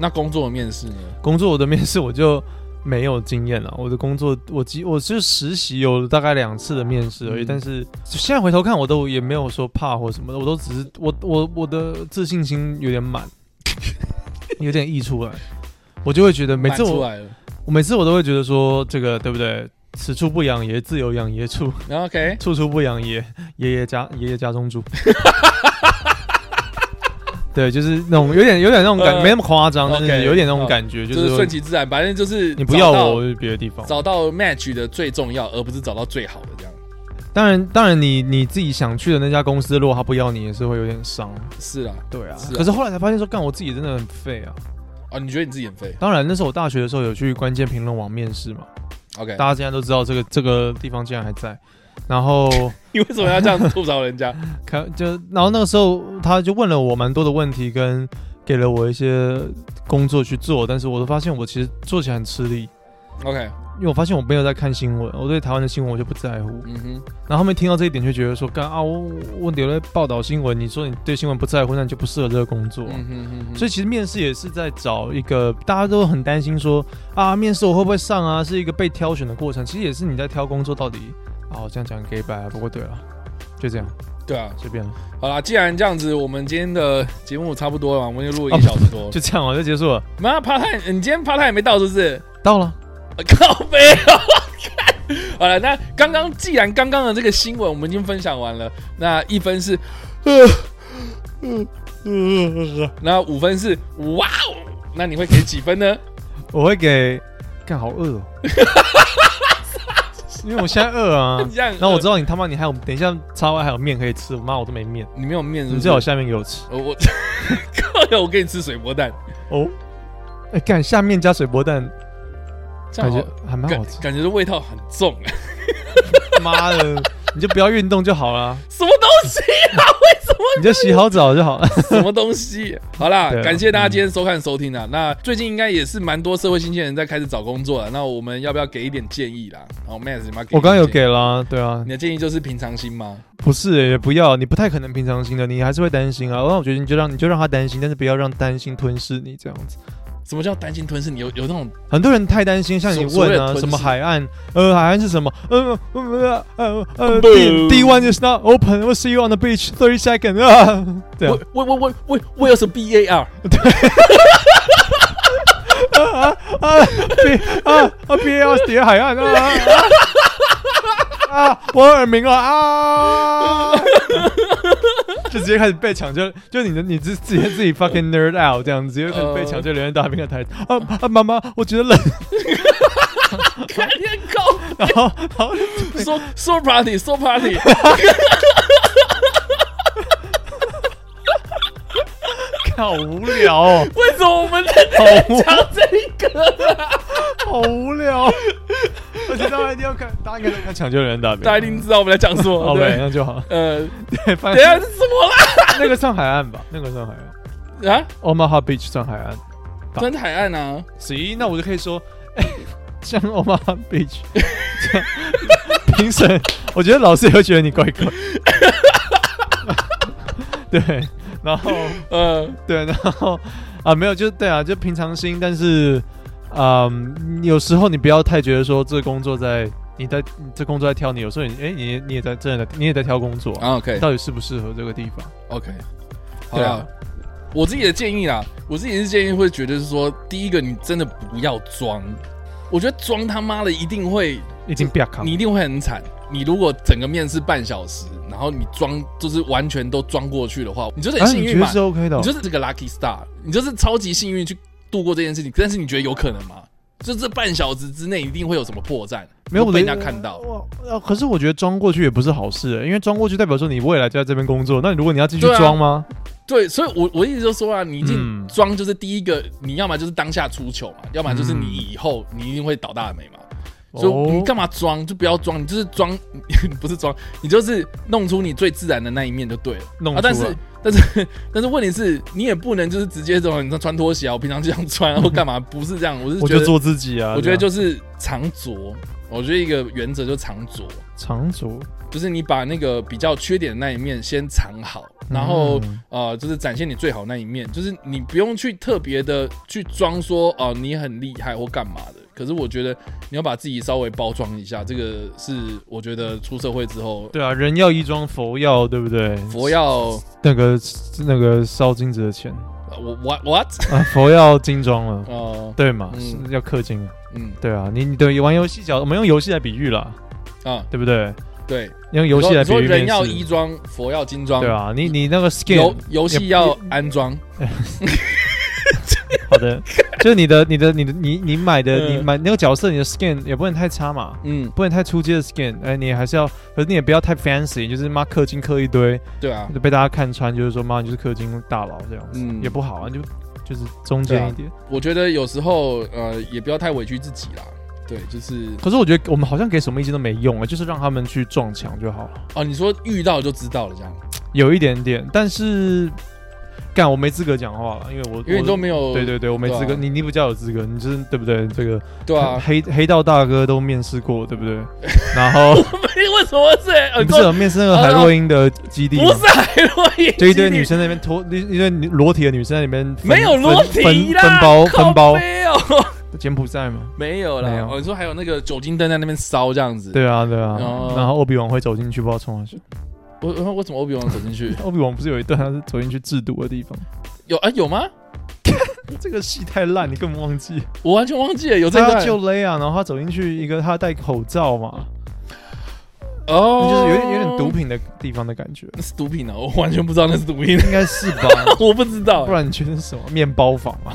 那工作的面试呢？工作我的面试我就没有经验了，我的工作我几我就实习有大概两次的面试而已，嗯但是现在回头看我都也没有说怕或什么的，我都只是我我我的自信心有 点满，有点溢出来，我就会觉得每次满出我来了我每次我都会觉得说这个对不对？此处不养爷，自有养爷处。 然后，OK，处处不养爷，爷爷家爷爷家 中猪。对，就是那种有点有点那种感，呃没那么夸张，但 OK，是有点那种感觉，就是说顺其自然，反正就是你不找要到我，我就别的地方。找到 match 的最重要，而不是找到最好的这样。当然，当然你你自己想去的那家公司，如果他不要你，也是会有点伤。是啊，对 啊是啊可是后来才发现说，干我自己真的很废啊。哦，你觉得你自己很废当然，那时候我大学的时候有去关键评论网面试嘛， ？OK，大家现在都知道这个这个地方竟然还在。然后 你为什么要这样吐槽人家？看就，然后那个时候他就问了我蛮多的问题，跟给了我一些工作去做，但是我都发现我其实做起来很吃力， OK，因为我发现我没有在看新闻，我对台湾的新闻我就不在乎。嗯哼，然后后面听到这一点，就觉得说，干啊，我我留在报道新闻，你说你对新闻不在乎，那你就不适合这个工作。嗯哼哼哼，啊所以其实面试也是在找一个，大家都很担心说啊，面试我会不会上啊，是一个被挑选的过程。其实也是你在挑工作到底。啊，我这样讲 gay 白，不过对了，就这样，对啊，随便了。好啦，既然这样子，我们今天的节目差不多了嘛，我们就录了一小时多。啊就这样哦，就结束了。那 part time，你今天 part time 也没到是不是？到了，啊靠背哦。看好了，那刚刚既然刚刚的这个新闻我们已经分享完了，那一分是，呃，呃，呃那五分是哇哦，那你会给几分呢？我会给，干好 饿哦，因为我现在饿啊。 这样，然后我知道你他妈你还有，等一下插外还有面可以吃，我妈我都没面，你没有面你子，最好下面给我吃我我靠，我给你吃水波蛋哦。哎，干下面加水波蛋，这感样好觉还蛮感好吃。感觉这味道很重哎、妈的， 你就不要运动就好了，什么东西啊？为什么你就洗好澡就好了。 什么东西？好啦对，啊感谢大家今天收看收听啊。那最近应该也是蛮多社会新鲜人在开始找工作了。那我们要不要给一点建议啦？好，Max，你们要给 我刚刚有一点建议给啦，对啊你，的建议就是平常心吗？不是、也不要，你不太可能平常心的，你还是会担心啊。那我觉得你就让你就让他担心，但是不要让担心吞噬你这样子。什么叫担心吞噬？你有有那种很多人太担心，像你所所谓问的啊，吞噬什么海岸，呃，海岸是什么？呃呃呃呃呃，D D one is not open. We'll see you on the beach. Thirty second 啊，对啊我，我我我我我有什么 B A R？啊别啊啊别要叠海岸啊 啊啊！我耳鸣了啊！就直接开始被抢救，就你的你自直接自己 fucking nerd out 这样子，有可能被抢救人员大兵的台哦啊啊妈妈，我觉得冷，看你狗然后然后说说 party 说 party， 好无聊哦，为什么我们 在好无讲这个啊？好无聊，而且大家一定要看，大家应该都看抢救人员大兵，大家一定知道我们在讲什么。好嘞，对，那就好。呃，对，反等一正下是什么啦？那个上海岸吧，那个上海岸啊， ，Omaha Beach 上海岸。真海岸啊，行，那我就可以说，哎像 Omaha Beach，这样 评审，我觉得老师也会觉得你怪怪。 对，然后呃，对，然后啊，没有，就对啊，就平常心，但是，嗯，有时候你不要太觉得说这工作在你在这工作在挑你，有时候你哎，你你也在真的你也在挑工作、啊，OK 到底适不适合这个地方？ OK，好对啦、啊我自己的建议啦，我自己是建议会觉得是说，第一个你真的不要装，我觉得装他妈的一定会，已经不要扛你一定会很惨。你如果整个面试半小时，然后你装就是完全都装过去的话，你就是很啊，幸你运觉得嘛，是 OK 的、哦你就是这个 lucky star，你就是超级幸运去度过这件事情。但是你觉得有可能吗？就这半小时之内一定会有什么破绽，没有会我被的人家看到。我呃，可是我觉得装过去也不是好事、因为装过去代表说你未来就在这边工作。那你如果你要继续对啊装吗？对，所以我我一直就说啊，你一定嗯装就是第一个，你要么就是当下出糗嘛，要么就是你以后你一定会倒大霉嘛。所哦以你干嘛装？就不要装，你就是装， 你不是装，你就是弄出你最自然的那一面就对了。弄出啊，来但是但是 但是问题是你也不能就是直接这种，你知道穿拖鞋啊，我平常就这样 穿，或干嘛？不是这样，我是我觉就得，做自己啊。我觉得这样就是常着，我觉得一个原则就常着，长足，就是你把那个比较缺点的那一面先藏好，然后。嗯呃，就是展现你最好那一面，就是你不用去特别的去装说哦、你很厉害或干嘛的。可是我觉得你要把自己稍微包装一下，这个是我觉得出社会之后，对啊，人要衣装，佛要对不对？佛要那个那个烧金子的钱 呃我 what what 啊，佛要金装了，哦、对嘛？嗯是要氪金啊。嗯对啊，你你对玩游戏角，我们用游戏来比喻啦，啊，对不对？对，用游戏来你比说喻你说人面要试，衣装，佛要金装，对啊，你你那个 skin 游游戏要安装，好 的，就是你的、你的、你的、你你买的、嗯你买那个角色，你的 skin 也不能太差嘛，嗯，不能太出街的 skin，哎，你还是要，可是你也不要太 fancy，就是妈氪金氪一堆，对啊，就被大家看穿，就是说妈你就是氪金大佬这样子，嗯啊也不好啊，就就是中间一点。我觉得有时候呃也不要太委屈自己啦，对，就是可是我觉得我们好像给什么意见都没用啊，就是让他们去撞墙就好了，哦，你说遇到就知道了这样，有一点点，但是。干，我没资格讲话了，因为我因为你都我没有对对对，我没资格，对啊你你比较有资格，你就是对不对？这个对啊，黑黑道大哥都面试过，对 不对？然后为什么是你耳不朵是有面试那个海洛因的基地吗呃不？是海洛因基地，就一堆女生在那边脱，一一堆女裸体的女生在那边分 没有裸体分啦，分分包靠分包背哦柬埔寨嘛？ 没有啦。没有哦，你说还有那个酒精灯在那边烧这样子，，对啊对啊哦，然后欧比王会走进去，不知道冲哪去。我我我怎么欧比王走进去？ 欧比王不是有一段他是走进去制毒的地方？有啊有吗？这个戏太烂，你根本忘记。我完全忘记了有这他要段救雷啊，然后他走进去一个他戴口罩嘛，哦，就是有点有点毒，品的地方的感觉，那是毒品啊！我完全不知道那是毒品， 应该是吧？我不知道不。然你觉得是什么面包房啊嘛？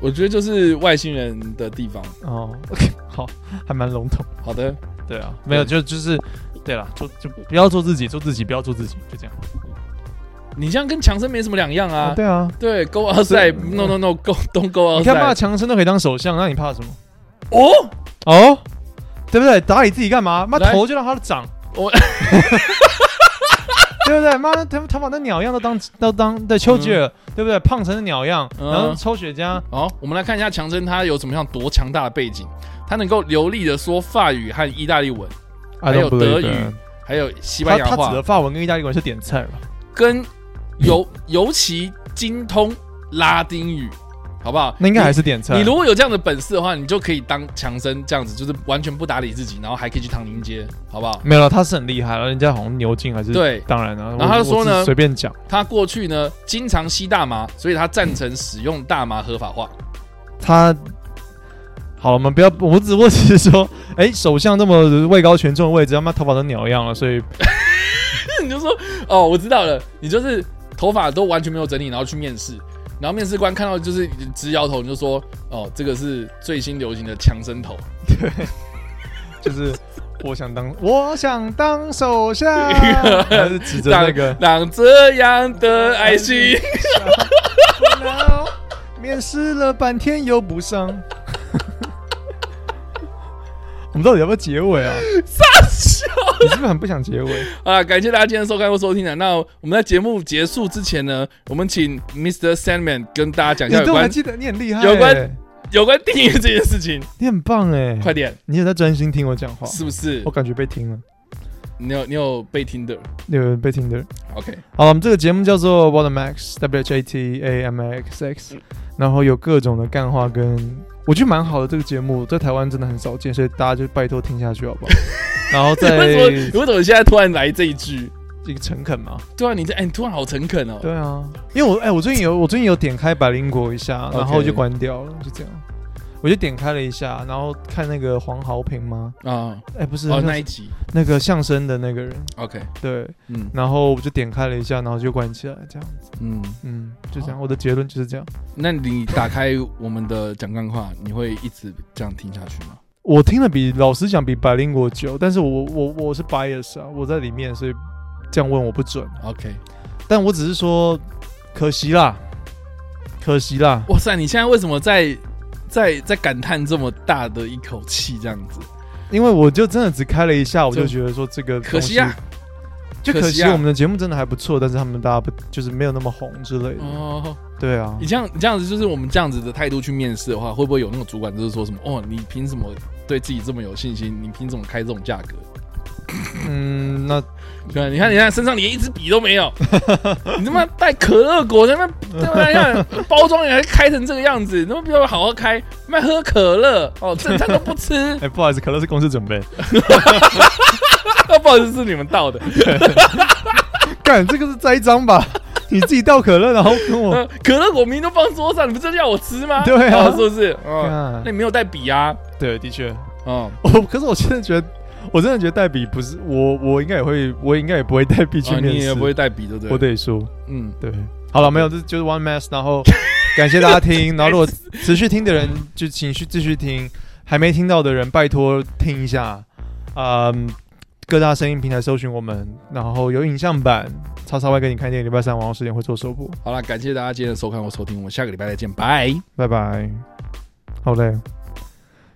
我觉得就是外星人的地方。哦，OK，好，还蛮笼统。好的，对啊，没有就就是，对啦，做就不要做自己，做自己不要做自己，就这样。你这样跟强生没什么两样啊。对啊，对，Go outside，no no no，Go don't go 你看怕 outside。强生都可以当首相，那你怕什么？哦，哦，对不对？打理自己干嘛？妈来头就让它长，我 对不对？妈的，他他把那鸟样都当都当对丘吉尔，对不对？胖成那鸟样，嗯然后抽雪茄，好，我们来看一下强生他有怎么样多强大的背景，他能够流利的说法语和意大利文，还有 I don't believe 德语 it 还有西他班牙他指话的，法文跟意大利文是点菜吧？跟尤 尤其精通拉丁语，好不好？那应该还是是点菜。你如果有这样的本事的话，你就可以当强生这样子，就是完全不打理自己，然后还可以去唐宁街，好不好？没有了，他是很厉害了，人家好像牛津还是对当然了。然后他我就说我只呢是随便讲，他过去呢经常吸大麻，所以他赞成使用大麻合法化。他好了，我们不要，我只我只是说，哎，首相这么位高权重的位置，他妈头发都鸟样了，所以你就说哦，我知道了，你就是头发都完全没有整理，然后去面试，然后面试官看到就是直摇头，你就说哦，这个是最新流行的强生头。就是我想当，我想当首 相，还是指着那个让这样的爱 情， No，面试了半天又 不上。我们到底要不要结尾啊？你是不是很不想结尾？啊，感谢大家今天收看或收听的。啊那我们在节目结束之前呢，我们请 Mr. Sandman 跟大家讲一你下有都还关记得，你很厉害、欸有关，有关订阅这件事情。你很棒哎、快点，你有在专心听我讲话，是不是我？感觉被听了，你有你有被听的有人被听的。 ？OK，好了，我们这个节目叫做 What Max W H A T A M A X 嗯 X，然后有各种的干话跟，我觉得蛮好的。这个节目在台湾真的很少见，所以大家就拜托听下去 好不好？然后你再为什么你为什么现在突然来这一句？一个诚恳嘛，对啊，你这哎、你突然好诚恳哦。对啊，因为我哎、我最近有我最近有点开百灵果一下，然后 OK 就关掉了，就这样。我就点开了一下，然后看那个黄豪平吗？啊，哎、不是，哦那那一集那个相声的那个人， ，OK，对。嗯然后我就点开了一下，然后就关起来，这样子，嗯，嗯，就这样。哦我的结论就是这样。那你打开我们的讲干话，你会一直这样听下去吗？我听了比老实讲比百灵果久，但是我我我是 bias 啊，我在里面，所以这样问我不准。 OK，但我只是说，可惜啦，可惜啦，哇塞，你现在为什么在在在感叹这么大的一口气这样子？因为我就真的只开了一下，我就就觉得说这个可惜啊东西，就可可惜惜啊我们的节目真的还不错，但是他们大家不就是没有那么红之类的。哦，对啊你，这样你这样子就是我们这样子的态度去面试的话，会不会有那种主管就是说什么哦，你凭什么对自己这么有信心？你凭什么开这种价格？嗯，那对啊，你看你看身上连一支笔都没有， 你他妈带可乐果在那边对不对？看包装也还开成这个样子，你他妈不要好好开，卖喝可乐哦，正餐都不吃， 哎，不好意思，可乐是公司准备。哦不好意思是你们倒的，干，这个是栽赃吧？你自己倒可乐，然后 跟我呃可乐果明明都放桌上，你不真的要我吃吗？对啊哦是不是？嗯，干那你没有带笔啊？对，的确，嗯， 我可是我真的觉得，我真的觉得代笔不是我，我应该也会，我应该也不会代笔去哦面你试，也不会带笔，对不对？我，得说，嗯，对，好了，没有，这就是 one mess，然后感谢大家听，然后如果持续听的人就请续继续听，还没听到的人拜托听一下，嗯。各大声音平台搜寻我们，然后有影像版，叉叉 Y 跟你看电影，礼拜三晚上十点会做首播，好了，感谢大家今天的收看或收听，我们下个礼拜再见，拜。 拜拜。好累哦，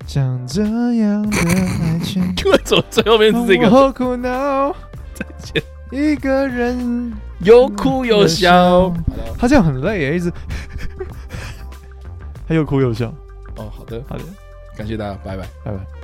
像这样的爱情。为什么最后面 是这个？我好苦恼，再见。一个人，有哭有笑。好了，他这样很累耶，一直， 他又哭又笑。哦，好的，好的，感谢大家，拜拜。拜拜。